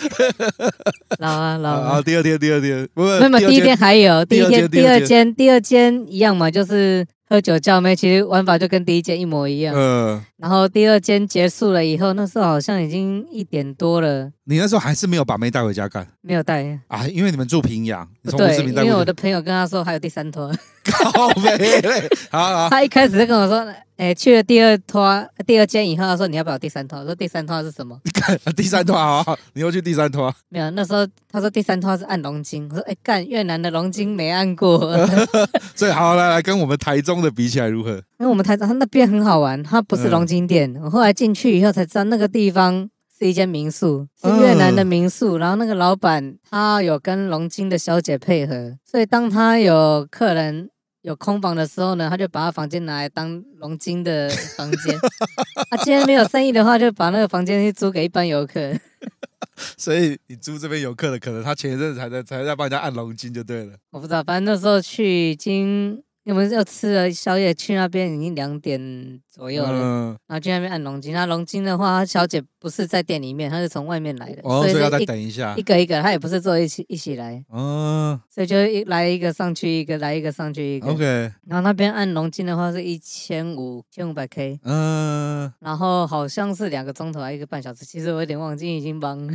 [SPEAKER 3] 老啊老
[SPEAKER 2] 啊啊！
[SPEAKER 3] 啊。
[SPEAKER 2] 第二天，第二天，不不，
[SPEAKER 3] 没有，没有第一天还有，第一
[SPEAKER 2] 第二间
[SPEAKER 3] 天、
[SPEAKER 2] 第
[SPEAKER 3] 第
[SPEAKER 2] 二
[SPEAKER 3] 二间、第二间一样嘛，就是喝酒叫妹，其实玩法就跟第一间一模一样。
[SPEAKER 2] 呃，
[SPEAKER 3] 然后第二间结束了以后，那时候好像已经一点多了，
[SPEAKER 2] 你那时候还是没有把妹带回家干
[SPEAKER 3] 没有带。
[SPEAKER 2] 啊？因为你们住平阳，你
[SPEAKER 3] 不
[SPEAKER 2] 从吴
[SPEAKER 3] 对
[SPEAKER 2] 志，明
[SPEAKER 3] 因
[SPEAKER 2] 带
[SPEAKER 3] 为我
[SPEAKER 2] 过去
[SPEAKER 3] 的朋友跟他说还有第三拖，
[SPEAKER 2] 靠背嘞，好好，
[SPEAKER 3] 他一开始就跟我说，哎、去了第二拖第二间以后，他说你要不要有第三拖？我说第三拖是什么？
[SPEAKER 2] 第三拖好好，你又去第三拖，
[SPEAKER 3] 没有，那时候他说第三拖是按龙筋，我说哎干、越南的龙筋没按过，
[SPEAKER 2] 所以好来来跟我们台中的比起来如何？
[SPEAKER 3] 因为我们台长他那边很好玩，它不是
[SPEAKER 2] 嗯
[SPEAKER 3] 龙井店。我后来进去以后才知道，那个地方是一间民宿，是越南的民宿。然后那个老板他有跟龙津的小姐配合，所以当他有客人有空房的时候呢，他就把他房间拿来当龙津的房间。他、啊、今天没有生意的话，就把那个房间去租给一般游客。
[SPEAKER 2] 所以你租这边游客的，可能他前一阵子才在才在帮人家按龙筋就对了。
[SPEAKER 3] 我不知道，反正那时候去已经。我们又吃了宵夜，去那边已经两点左右了。
[SPEAKER 2] 嗯，
[SPEAKER 3] 然后去那边按龙筋。那龙筋的话，小姐不是在店里面，她是从外面来的，
[SPEAKER 2] 哦，所以要
[SPEAKER 3] 是
[SPEAKER 2] 再
[SPEAKER 3] 一
[SPEAKER 2] 等一下
[SPEAKER 3] 一。个一个，她也不是坐一起一起来，
[SPEAKER 2] 嗯
[SPEAKER 3] 所以就一来一个上去一个，来一个上去一个。
[SPEAKER 2] ，OK，
[SPEAKER 3] 然后那边按龙筋的话是一千五千五百 K，
[SPEAKER 2] 嗯，
[SPEAKER 3] 然后好像是两个钟头还一个半小时，其实我有点忘记，已经忙 了。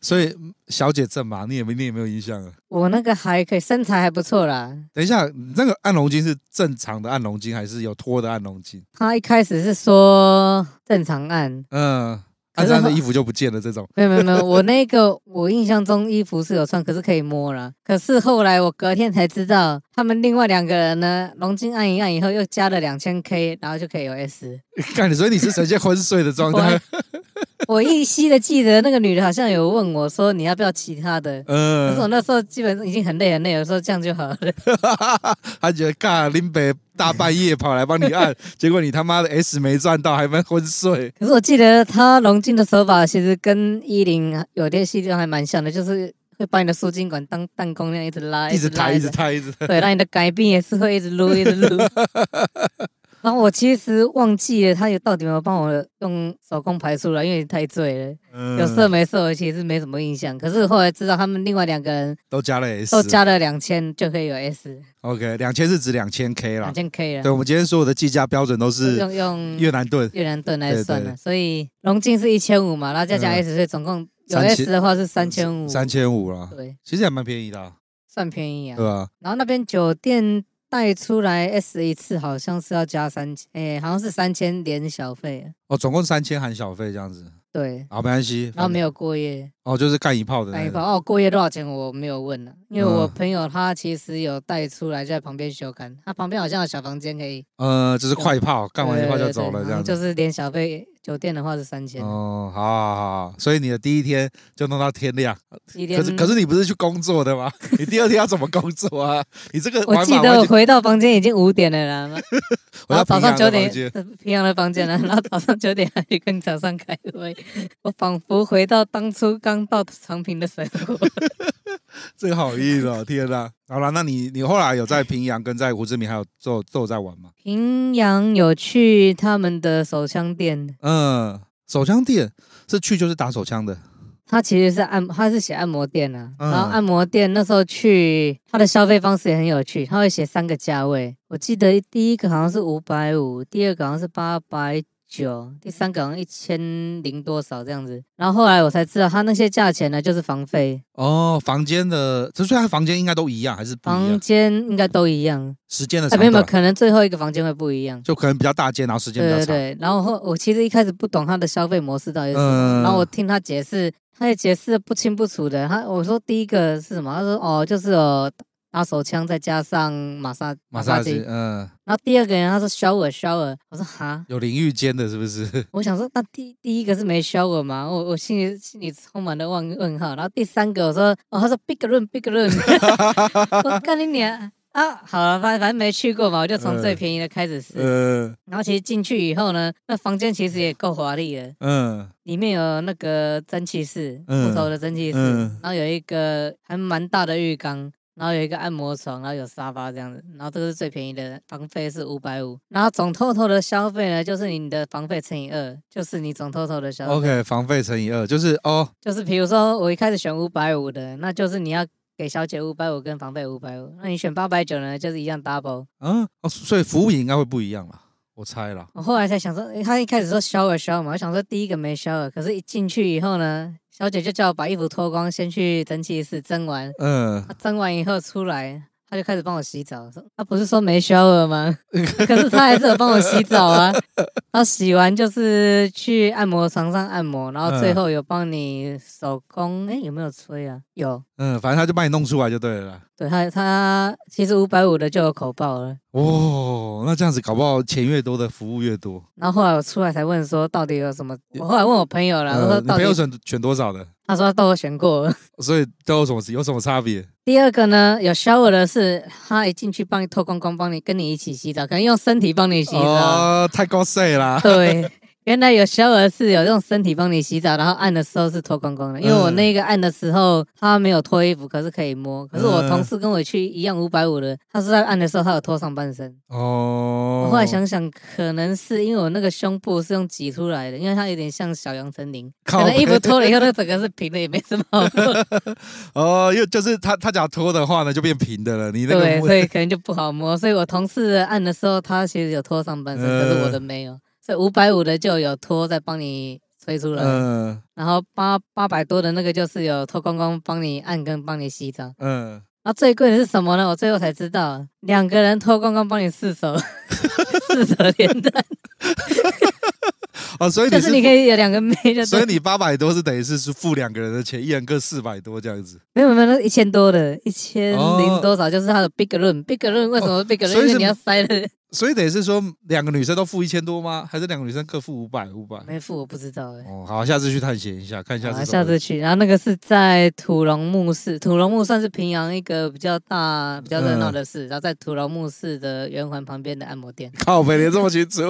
[SPEAKER 2] 所以嗯小姐正嘛，你也没你也没有印象啊。
[SPEAKER 3] 我那个还可以，身材还不错啦。
[SPEAKER 2] 等一下，你那个按龙筋是正常的按龙筋，还是有拖的按龙筋？
[SPEAKER 3] 她一开始是说正常按，
[SPEAKER 2] 嗯，
[SPEAKER 3] 可
[SPEAKER 2] 按
[SPEAKER 3] 是
[SPEAKER 2] 着按着
[SPEAKER 3] 后
[SPEAKER 2] 衣服就不见了 这种。
[SPEAKER 3] 没有没有没有，我那个我印象中衣服是有穿，可是可以摸了。可是后来我隔天才知道，他们另外两个人呢，龙筋按一按以后又加了两千 K，然后就可以有 S。
[SPEAKER 2] 看，所以你是呈现昏睡的 状态。
[SPEAKER 3] 我依稀的记得那个女的好像有问我说你要不要其他的，可是我
[SPEAKER 2] 嗯，
[SPEAKER 3] 那时候基本上已经很累很累，有时候这样就好了。
[SPEAKER 2] 他觉得干林北大半夜跑来帮你按，结果你他妈的 S 没赚到，还蛮昏睡。
[SPEAKER 3] 可是我记得她龙筋的手法其实跟一零有些戏就还蛮像的，就是会把你的输精管当弹弓那样一直拉，
[SPEAKER 2] 一直
[SPEAKER 3] 拉
[SPEAKER 2] 抬，一直抬，一直 抬。
[SPEAKER 3] 对，让你的改变也是会一直 撸，一直撸。然后我其实忘记了他有到底有没有帮我用手工排出来，因为太醉了，有
[SPEAKER 2] 嗯
[SPEAKER 3] 色没色，我其实没什么印象。可是后来知道他们另外两个人
[SPEAKER 2] 都加了 S，
[SPEAKER 3] 都加了两千，就可以有 S
[SPEAKER 2] OK，两千是指两千 K 啦
[SPEAKER 3] 两。千 K
[SPEAKER 2] 对，啊
[SPEAKER 3] 了。
[SPEAKER 2] 我们今天所有的计价标准都是
[SPEAKER 3] 用用
[SPEAKER 2] 越南盾，
[SPEAKER 3] 越南盾来
[SPEAKER 2] 对
[SPEAKER 3] 算
[SPEAKER 2] 对
[SPEAKER 3] 了，所以龙金是一千五嘛，然后再加
[SPEAKER 2] 嗯
[SPEAKER 3] S，所以总共有
[SPEAKER 2] 三千
[SPEAKER 3] S 的话是三千五，
[SPEAKER 2] 三千五啦，
[SPEAKER 3] 对，
[SPEAKER 2] 其实还蛮便宜的啊，
[SPEAKER 3] 算便宜啊
[SPEAKER 2] 对。吧？
[SPEAKER 3] 然后那边酒店带出来 S 一次好像是要加三千，哎，好像是三千连小费啊，
[SPEAKER 2] 哦，总共三千含小费这样子，
[SPEAKER 3] 对。
[SPEAKER 2] 啊，没关系，
[SPEAKER 3] 哦然后没
[SPEAKER 2] 有
[SPEAKER 3] 有过夜，
[SPEAKER 2] 哦，就是干一炮的
[SPEAKER 3] 那
[SPEAKER 2] 那
[SPEAKER 3] 一包
[SPEAKER 2] 个，
[SPEAKER 3] 哦，过夜多少钱我没有问了、因为我
[SPEAKER 2] 嗯
[SPEAKER 3] 朋友他其实有带出来，就在旁边休刊，他旁边好像有小房间可以
[SPEAKER 2] 呃，就是快炮，干完一炮
[SPEAKER 3] 对对
[SPEAKER 2] 就
[SPEAKER 3] 对
[SPEAKER 2] 走了这
[SPEAKER 3] 然后
[SPEAKER 2] 样
[SPEAKER 3] 就
[SPEAKER 2] 子。
[SPEAKER 3] 是连小费酒店的话是三千、
[SPEAKER 2] 哦，好好好好，所以你的第一天就弄到天亮，
[SPEAKER 3] 一天。
[SPEAKER 2] 可是可是你不是去工作的 吗？你第二天要怎么工作啊？ 你这个
[SPEAKER 3] 我
[SPEAKER 2] 玩
[SPEAKER 3] 记
[SPEAKER 2] 法
[SPEAKER 3] 得
[SPEAKER 2] 完
[SPEAKER 3] 我
[SPEAKER 2] 全，
[SPEAKER 3] 回到房间已经五点了啦，
[SPEAKER 2] 我
[SPEAKER 3] 然后
[SPEAKER 2] 要
[SPEAKER 3] 早
[SPEAKER 2] 平
[SPEAKER 3] 上
[SPEAKER 2] 常
[SPEAKER 3] 九
[SPEAKER 2] 的
[SPEAKER 3] 点
[SPEAKER 2] 房间，
[SPEAKER 3] 呃平阳的房间了， 然后早上九点还去跟早上开会，我仿佛回到当初刚到长平的生 活。
[SPEAKER 2] 这个好硬 哦，天哪！好了，那你你后来有在平阳跟在胡志明还有都都有在玩吗？
[SPEAKER 3] 平阳有去他们的手枪店，
[SPEAKER 2] 嗯，手枪店是去就是打手枪的，
[SPEAKER 3] 他其实是按，他是写按摩店啊。
[SPEAKER 2] 嗯
[SPEAKER 3] 然后按摩店那时候去，他的消费方式也很有趣，他会写三个价位。我记得第一个好像是五百五，第二个好像是八百九，第三个好像一千零多少这样子。然后后来我才知道，他那些价钱呢，就是房费，
[SPEAKER 2] 哦，房间的，所以他房间应该都一样，还是不一
[SPEAKER 3] 房
[SPEAKER 2] 样？
[SPEAKER 3] 间应该都一样。
[SPEAKER 2] 时间的
[SPEAKER 3] 啊，
[SPEAKER 2] 长
[SPEAKER 3] 没有没有，
[SPEAKER 2] 短，
[SPEAKER 3] 可能最后一个房间会不一样。
[SPEAKER 2] 就可能比较大间，然后时间比
[SPEAKER 3] 对
[SPEAKER 2] 较
[SPEAKER 3] 对
[SPEAKER 2] 长。
[SPEAKER 3] 对，然后后我其实一开始不懂他的消费模式到底是什么，
[SPEAKER 2] 嗯
[SPEAKER 3] 然后我听他解释，他也解释得不清不楚的。他我说第一个是什么？他说哦，就是有打手枪再加上马杀
[SPEAKER 2] 马萨
[SPEAKER 3] 鸡
[SPEAKER 2] 吉，。嗯，
[SPEAKER 3] 然后第二个人他说 shower shower，我说哈，
[SPEAKER 2] 有淋浴间的，是不 是？
[SPEAKER 3] 我想说那第第一个是没 shower 嘛，我我心里心里充满了问问号。然后第三个我说哦，他说 big room big room，我干你娘！啊，好了，反反正没去过嘛，我就从最
[SPEAKER 2] 嗯
[SPEAKER 3] 便宜的开始试。
[SPEAKER 2] 呃，
[SPEAKER 3] 然后其实进去以后呢，那房间其实也够华丽了，
[SPEAKER 2] 嗯，
[SPEAKER 3] 里面有那个蒸汽室，
[SPEAKER 2] 嗯
[SPEAKER 3] 木头的蒸汽室，
[SPEAKER 2] 嗯
[SPEAKER 3] 然后有一个还蛮大的浴缸，然后有一个按摩床，然后有沙发这样子，然后这个是最便宜的，房费是五百五，然后总 total 的消费呢，就是你的房费乘以二，就是你总 total 的消费
[SPEAKER 2] OK，房费乘以二，就是哦，
[SPEAKER 3] 就是比如说我一开始选五百五的，那就是你要。给小姐五百五跟房费五百五，那你选八百九呢，就是一样 double。
[SPEAKER 2] 嗯、哦，所以服务应该会不一样啦，我猜啦。
[SPEAKER 3] 我后来才想说，诶他一开始说 shower shower 嘛，我想说第一个没 shower，可是一进去以后呢，小姐就叫我把衣服脱光，先去蒸汽室蒸完，
[SPEAKER 2] 嗯，
[SPEAKER 3] 她蒸完以后出来。她就开始帮我洗澡，说啊她不是说没 shower 吗？ 可是她还是有帮我洗澡啊。然后洗完就是去按摩床上按摩，然后最
[SPEAKER 2] 嗯
[SPEAKER 3] 后有帮你手工，哎、有没有吹啊？有，
[SPEAKER 2] 嗯，反正他就帮你弄出来就对了啦。
[SPEAKER 3] 对他，他其实五百五的就有口爆了。
[SPEAKER 2] 哦，那这样子搞不好钱越多的服务越多。
[SPEAKER 3] 然后后来我出来才问说到底有什么，我后来问我朋友了，我
[SPEAKER 2] 呃，
[SPEAKER 3] 说
[SPEAKER 2] 你
[SPEAKER 3] 到
[SPEAKER 2] 朋
[SPEAKER 3] 底
[SPEAKER 2] 友，选选多少的？
[SPEAKER 3] 他说他都有选过了。
[SPEAKER 2] 所以都有什么有什么差别？
[SPEAKER 3] 第二个呢，有 shower 的是他一进去帮你脱光光，帮你跟你一起洗澡，可能用身体帮你洗澡。
[SPEAKER 2] 哦，太高税 啦。
[SPEAKER 3] 对，原来有 shower 是有用身体帮你洗澡，然后按的时候是脱光光的。因为我
[SPEAKER 2] 嗯
[SPEAKER 3] 那个按的时候他没有脱衣服，可是可以摸。可是我同事跟我去一样五百五的，他说在按的时候他有脱上半身。
[SPEAKER 2] 哦
[SPEAKER 3] 我，后来想想，可能是因为我那个胸部是用挤出来的，因为它有点像小杨丞琳，
[SPEAKER 2] 靠
[SPEAKER 3] 可能衣服脱了以后，它整个是平的，也没什么好摸。
[SPEAKER 2] 哦，又就是他他假如脱的话呢，就变平的了。你那
[SPEAKER 3] 对，
[SPEAKER 2] 个
[SPEAKER 3] 所以可能就不好摸。所以我同事按的时候，他其实有脱上半身，
[SPEAKER 2] 呃
[SPEAKER 3] 可是我的没有。所以五百五的就有脱，再帮你吹出来。
[SPEAKER 2] 嗯
[SPEAKER 3] 然后八八百多的那个就是有脱光光帮你按跟帮你洗澡。
[SPEAKER 2] 嗯，
[SPEAKER 3] 然后最贵的是什么呢？我最后才知道，两个人脱光光帮你试手， 试手 连弹，
[SPEAKER 2] 哦，所以
[SPEAKER 3] 就
[SPEAKER 2] 你
[SPEAKER 3] 是你可以有两个妹就对了。
[SPEAKER 2] 所以你八百多是等于是是付两个人的钱，一人各四百多这样子。
[SPEAKER 3] 没有没有，那一千多的，一千
[SPEAKER 2] 哦
[SPEAKER 3] 零多少就是它的 big room，big room 为什么 big room？、
[SPEAKER 2] 所以
[SPEAKER 3] 因
[SPEAKER 2] 是
[SPEAKER 3] 为你要塞的，
[SPEAKER 2] 所以等于是说两个女生都付一千多吗？还是两个女生各付五百五百？
[SPEAKER 3] 没付我不知道哎、
[SPEAKER 2] 哦，好，下次去探险一下，看一下
[SPEAKER 3] 好啊，
[SPEAKER 2] 是
[SPEAKER 3] 下
[SPEAKER 2] 什么。
[SPEAKER 3] 次去。然后那个是在土龙木市，土龙木算是平阳一个比较大、比较热闹的
[SPEAKER 2] 嗯
[SPEAKER 3] 市。然后在土龙木市的圆环旁边的按摩店， 哎
[SPEAKER 2] 靠北，连这么清 楚。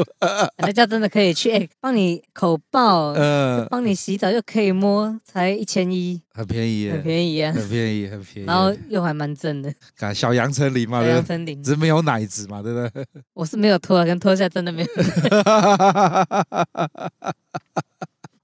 [SPEAKER 3] 那家真的可以去，哎、帮你口 爆，
[SPEAKER 2] 呃，
[SPEAKER 3] 帮你洗澡又可以摸，才一千一，
[SPEAKER 2] 很便宜耶，
[SPEAKER 3] 很便宜啊。
[SPEAKER 2] 很便宜，很便宜。
[SPEAKER 3] 然后啊嗯又还蛮正的，
[SPEAKER 2] 看小杨丞琳嘛，
[SPEAKER 3] 小
[SPEAKER 2] 对不
[SPEAKER 3] 杨
[SPEAKER 2] 对？
[SPEAKER 3] 丞琳
[SPEAKER 2] 只，是没有奶子嘛，对不对？
[SPEAKER 3] 我是没有脱啊，跟脱下真的没有。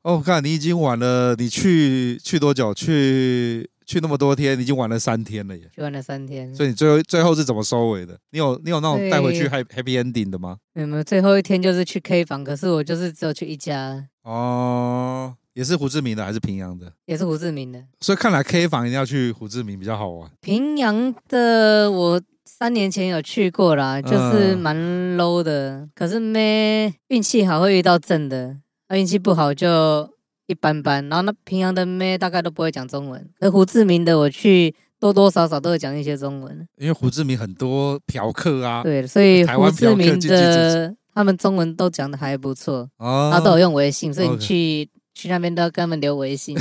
[SPEAKER 2] 哦，看你已经玩了，你去去多久？去去那么多天，你已经玩了三天了耶。
[SPEAKER 3] 去玩了三天，
[SPEAKER 2] 所以你最后最后是怎么收尾的？你有你有那种
[SPEAKER 3] 对
[SPEAKER 2] 带回去 happy happy ending 的吗？
[SPEAKER 3] 没有没有，最后一天就是去 K 房，可是我就是只有去一家，
[SPEAKER 2] 哦，也是胡志明的还是平阳的？
[SPEAKER 3] 也是胡志明的。
[SPEAKER 2] 所以看来 K 房一定要去胡志明比较好玩。
[SPEAKER 3] 平阳的我三年前有去过啦，就是
[SPEAKER 2] 嗯
[SPEAKER 3] 蛮 low 的，可是没运气好会遇到正的，那运气不好就一般般。然后那平阳的妹大概都不会讲中文，而胡志明的我去多多少少都有讲一些中文，
[SPEAKER 2] 因为胡志明很多嫖客啊，
[SPEAKER 3] 对，所以
[SPEAKER 2] 台
[SPEAKER 3] 胡
[SPEAKER 2] 湾
[SPEAKER 3] 志
[SPEAKER 2] 嫖客
[SPEAKER 3] 明
[SPEAKER 2] 经济之
[SPEAKER 3] 的他们中文都讲的还不错，他都有
[SPEAKER 2] 哦，
[SPEAKER 3] 用微信，所以你
[SPEAKER 2] OK
[SPEAKER 3] 去去那边都要跟他们留微信。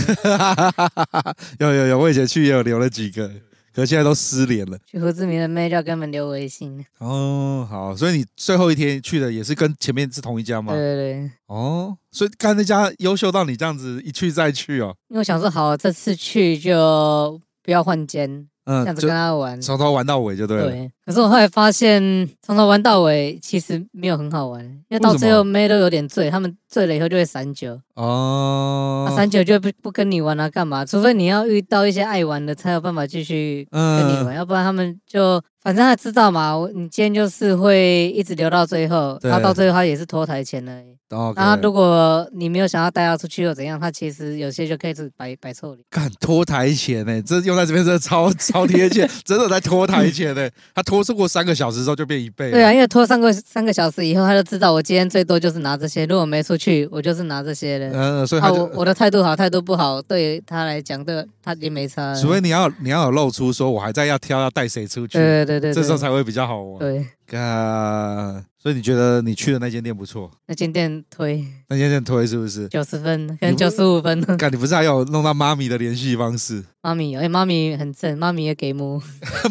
[SPEAKER 2] 有有有，我以前去也有留了几个，可是现在都失联了。
[SPEAKER 3] 去胡志明的妹就要跟他们留微信。
[SPEAKER 2] 哦，好，所以你最后一天去的也是跟前面是同一家吗
[SPEAKER 3] 对？对对，
[SPEAKER 2] 哦，所以看那家优秀到你这样子一去再去哦，
[SPEAKER 3] 因为我想说好，这次去就不要换间，这
[SPEAKER 2] 嗯，
[SPEAKER 3] 样子
[SPEAKER 2] 就
[SPEAKER 3] 跟他玩。
[SPEAKER 2] 从头玩到尾就对了。
[SPEAKER 3] 对，可是我后来发现，从头玩到尾其实没有很好玩，因为到
[SPEAKER 2] 为什么
[SPEAKER 3] 最后妹都有点醉，他们醉了以后就会散酒，
[SPEAKER 2] 哦
[SPEAKER 3] 啊，散酒就不不跟你玩了、啊干嘛？除非你要遇到一些爱玩的，才有办法继续跟你玩，
[SPEAKER 2] 嗯，
[SPEAKER 3] 要不然他们就反正他知道嘛，我你今天就是会一直留到最后，
[SPEAKER 2] 对
[SPEAKER 3] 他到最后他也是拖台前而已。
[SPEAKER 2] 哦，
[SPEAKER 3] 那如果你没有想要带他出去又怎样？他其实有些就可以是摆摆臭脸。
[SPEAKER 2] 敢拖台前呢、这用在这边真的超超贴切，真的在拖台前呢、他拖超过三个小时之后就变一倍了。
[SPEAKER 3] 对啊，因为拖三个三个小时以后，他就知道我今天最多就是拿这些，如果没出去，我就是拿这些了。
[SPEAKER 2] 嗯，所以
[SPEAKER 3] 啊，
[SPEAKER 2] 他
[SPEAKER 3] 我
[SPEAKER 2] 就，
[SPEAKER 3] 我的态度好，态度不好，对他来讲，对他已经没差了。
[SPEAKER 2] 除非你要你要有露出说，我还在要挑要带谁出去，
[SPEAKER 3] 对对对对，
[SPEAKER 2] 这时候才会比较好玩。
[SPEAKER 3] 对
[SPEAKER 2] 干，所以你觉得你去的那间店不错，
[SPEAKER 3] 那间店推
[SPEAKER 2] 那间店推是不是？
[SPEAKER 3] 九十分，可能九十五分。
[SPEAKER 2] 干，你不是还有弄到妈咪的联系方式？
[SPEAKER 3] 妈咪有，哎、妈咪很正，妈咪也给摸，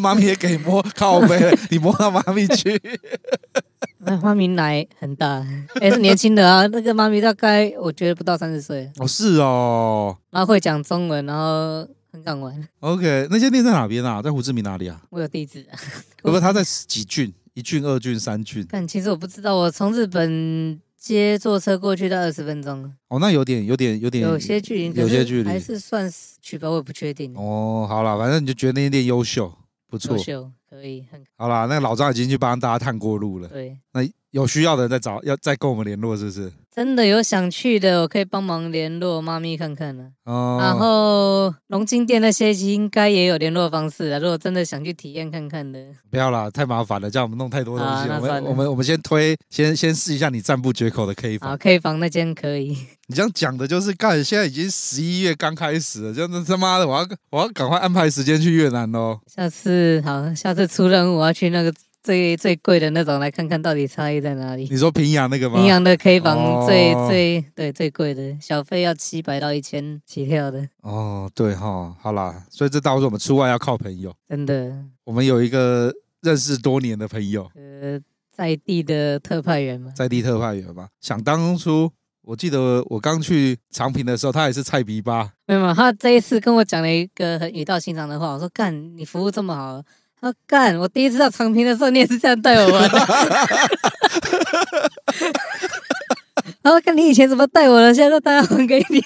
[SPEAKER 2] 妈咪也给摸，靠背，你摸到妈咪去。
[SPEAKER 3] 哎妈咪奶很大，哎、是年轻的啊。那个妈咪大概我觉得不到三十岁，
[SPEAKER 2] 哦，是哦。
[SPEAKER 3] 然后会讲中文，然后很敢玩。
[SPEAKER 2] OK，那间店在哪边啊？在胡志明哪里啊？
[SPEAKER 3] 我有地址、啊，
[SPEAKER 2] 不不，他在几郡？一郡、二郡、三郡。
[SPEAKER 3] 但其实我不知道，我从日本接坐车过去到二十分钟，
[SPEAKER 2] 哦，那有点有点有点
[SPEAKER 3] 有些距离，可
[SPEAKER 2] 有些
[SPEAKER 3] 是
[SPEAKER 2] 距离
[SPEAKER 3] 还是算是去吧，我也不确定。
[SPEAKER 2] 哦，好啦，反正你就觉得那店优秀，不错
[SPEAKER 3] 优。秀，可以，很
[SPEAKER 2] 好啦，那个老张已经去帮大家探过路了，
[SPEAKER 3] 对。
[SPEAKER 2] 那有需要的人再找，要再跟我们联络，是不是？
[SPEAKER 3] 真的有想去的，我可以帮忙联络妈咪看看呢、
[SPEAKER 2] 哦，
[SPEAKER 3] 然后龙津店那些应该也有联络方式啊，如果真的想去体验看看的，
[SPEAKER 2] 不要啦，太麻烦了，这样我们弄太多东
[SPEAKER 3] 啊
[SPEAKER 2] 西。
[SPEAKER 3] 那
[SPEAKER 2] 我们
[SPEAKER 3] 算了
[SPEAKER 2] 我们我们先推，先先试一下你赞不绝口的 K
[SPEAKER 3] 好，
[SPEAKER 2] 房。
[SPEAKER 3] 可以房那间可以。
[SPEAKER 2] 你这样讲的就是，干，现在已经十一月刚开始了，就那他妈的，我要我要赶快安排时间去越南喽。
[SPEAKER 3] 下次好，下次出任务我要去那个最最贵的那种来看看到底差异在哪里。
[SPEAKER 2] 你说平阳那个吗？
[SPEAKER 3] 平阳的 K 房最、
[SPEAKER 2] 哦
[SPEAKER 3] 最对最贵的，小费要七百到一千起跳的，
[SPEAKER 2] 哦，对哈，好啦，所以这导致我们出外要靠朋友。
[SPEAKER 3] 真的。
[SPEAKER 2] 我们有一个认识多年的朋友，
[SPEAKER 3] 呃，在地的特派员嘛，
[SPEAKER 2] 在地特派员嘛。想当初，我记得我刚去长平的时候，他也是菜逼吧。
[SPEAKER 3] 没有没有，他这一次跟我讲了一个很语道心肠的话，我说干，你服务这么好。啊他说干，我第一次到长平的时候，你也是这样对我玩的。啊然后看你以前怎么带我的，现在都带还给你。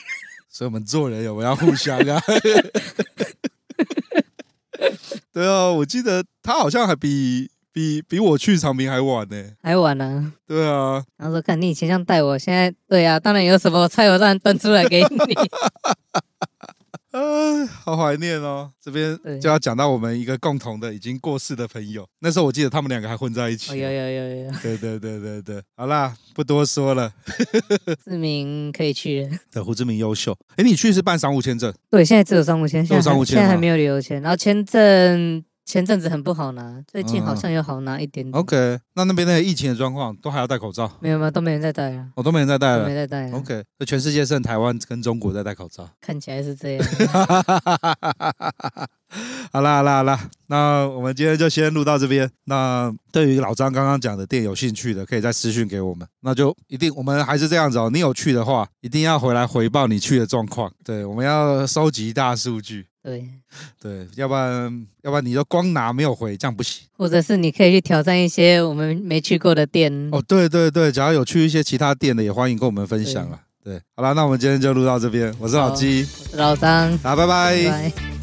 [SPEAKER 2] 所以我们做人有没有要互相啊？ 对啊，我记得他好像还比比比我去长平还晚呢、
[SPEAKER 3] 还玩呢、
[SPEAKER 2] 对啊，
[SPEAKER 3] 然后说看你以前这样带我，现在对啊，当然有什么菜我当然端出来给你。
[SPEAKER 2] 啊，好怀念哦！这边
[SPEAKER 3] 对
[SPEAKER 2] 就要讲到我们一个共同的已经过世的朋友，那时候我记得他们两个还混在一起。
[SPEAKER 3] 哦，有有有有，
[SPEAKER 2] 对对对对对，好啦，不多说了。
[SPEAKER 3] 志明可以去了。
[SPEAKER 2] 对，胡志明优秀。哎，你去是办商务签证，
[SPEAKER 3] 对，现在只有商务签，
[SPEAKER 2] 只有
[SPEAKER 3] 现在
[SPEAKER 2] 商务
[SPEAKER 3] 还
[SPEAKER 2] 签
[SPEAKER 3] 现在还
[SPEAKER 2] 吗
[SPEAKER 3] 没有旅游签，然后签证前阵子很不好拿，最近好
[SPEAKER 2] 嗯
[SPEAKER 3] 像有好拿一点点。
[SPEAKER 2] OK，那那边那个疫情的状况都还要戴口罩，我、
[SPEAKER 3] 没有没有，都没人在戴啊，
[SPEAKER 2] 哦、都没人在戴
[SPEAKER 3] 都没
[SPEAKER 2] 了。
[SPEAKER 3] 在戴啊。
[SPEAKER 2] OK，那全世界剩台湾跟中国在戴口罩。
[SPEAKER 3] 看起来是这样。
[SPEAKER 2] 好啦好啦好啦，那我们今天就先录到这边。那对于老张刚刚讲的店有兴趣的，可以再私讯给我们。那就一定，我们还是这样子哦。你有去的话，一定要回来回报你去的状况。对，我们要收集大数据。
[SPEAKER 3] 对，
[SPEAKER 2] 对，要不然要不然你就光拿没有回，这样不行。
[SPEAKER 3] 或者是你可以去挑战一些我们没去过的店。
[SPEAKER 2] 哦，对对对，只要有去一些其他店的，也欢迎跟我们分享啦。对，好啦，那我们今天就录到这边。我是老
[SPEAKER 3] 好
[SPEAKER 2] 鸡，
[SPEAKER 3] 我是老张，
[SPEAKER 2] 好，拜拜
[SPEAKER 3] 拜拜。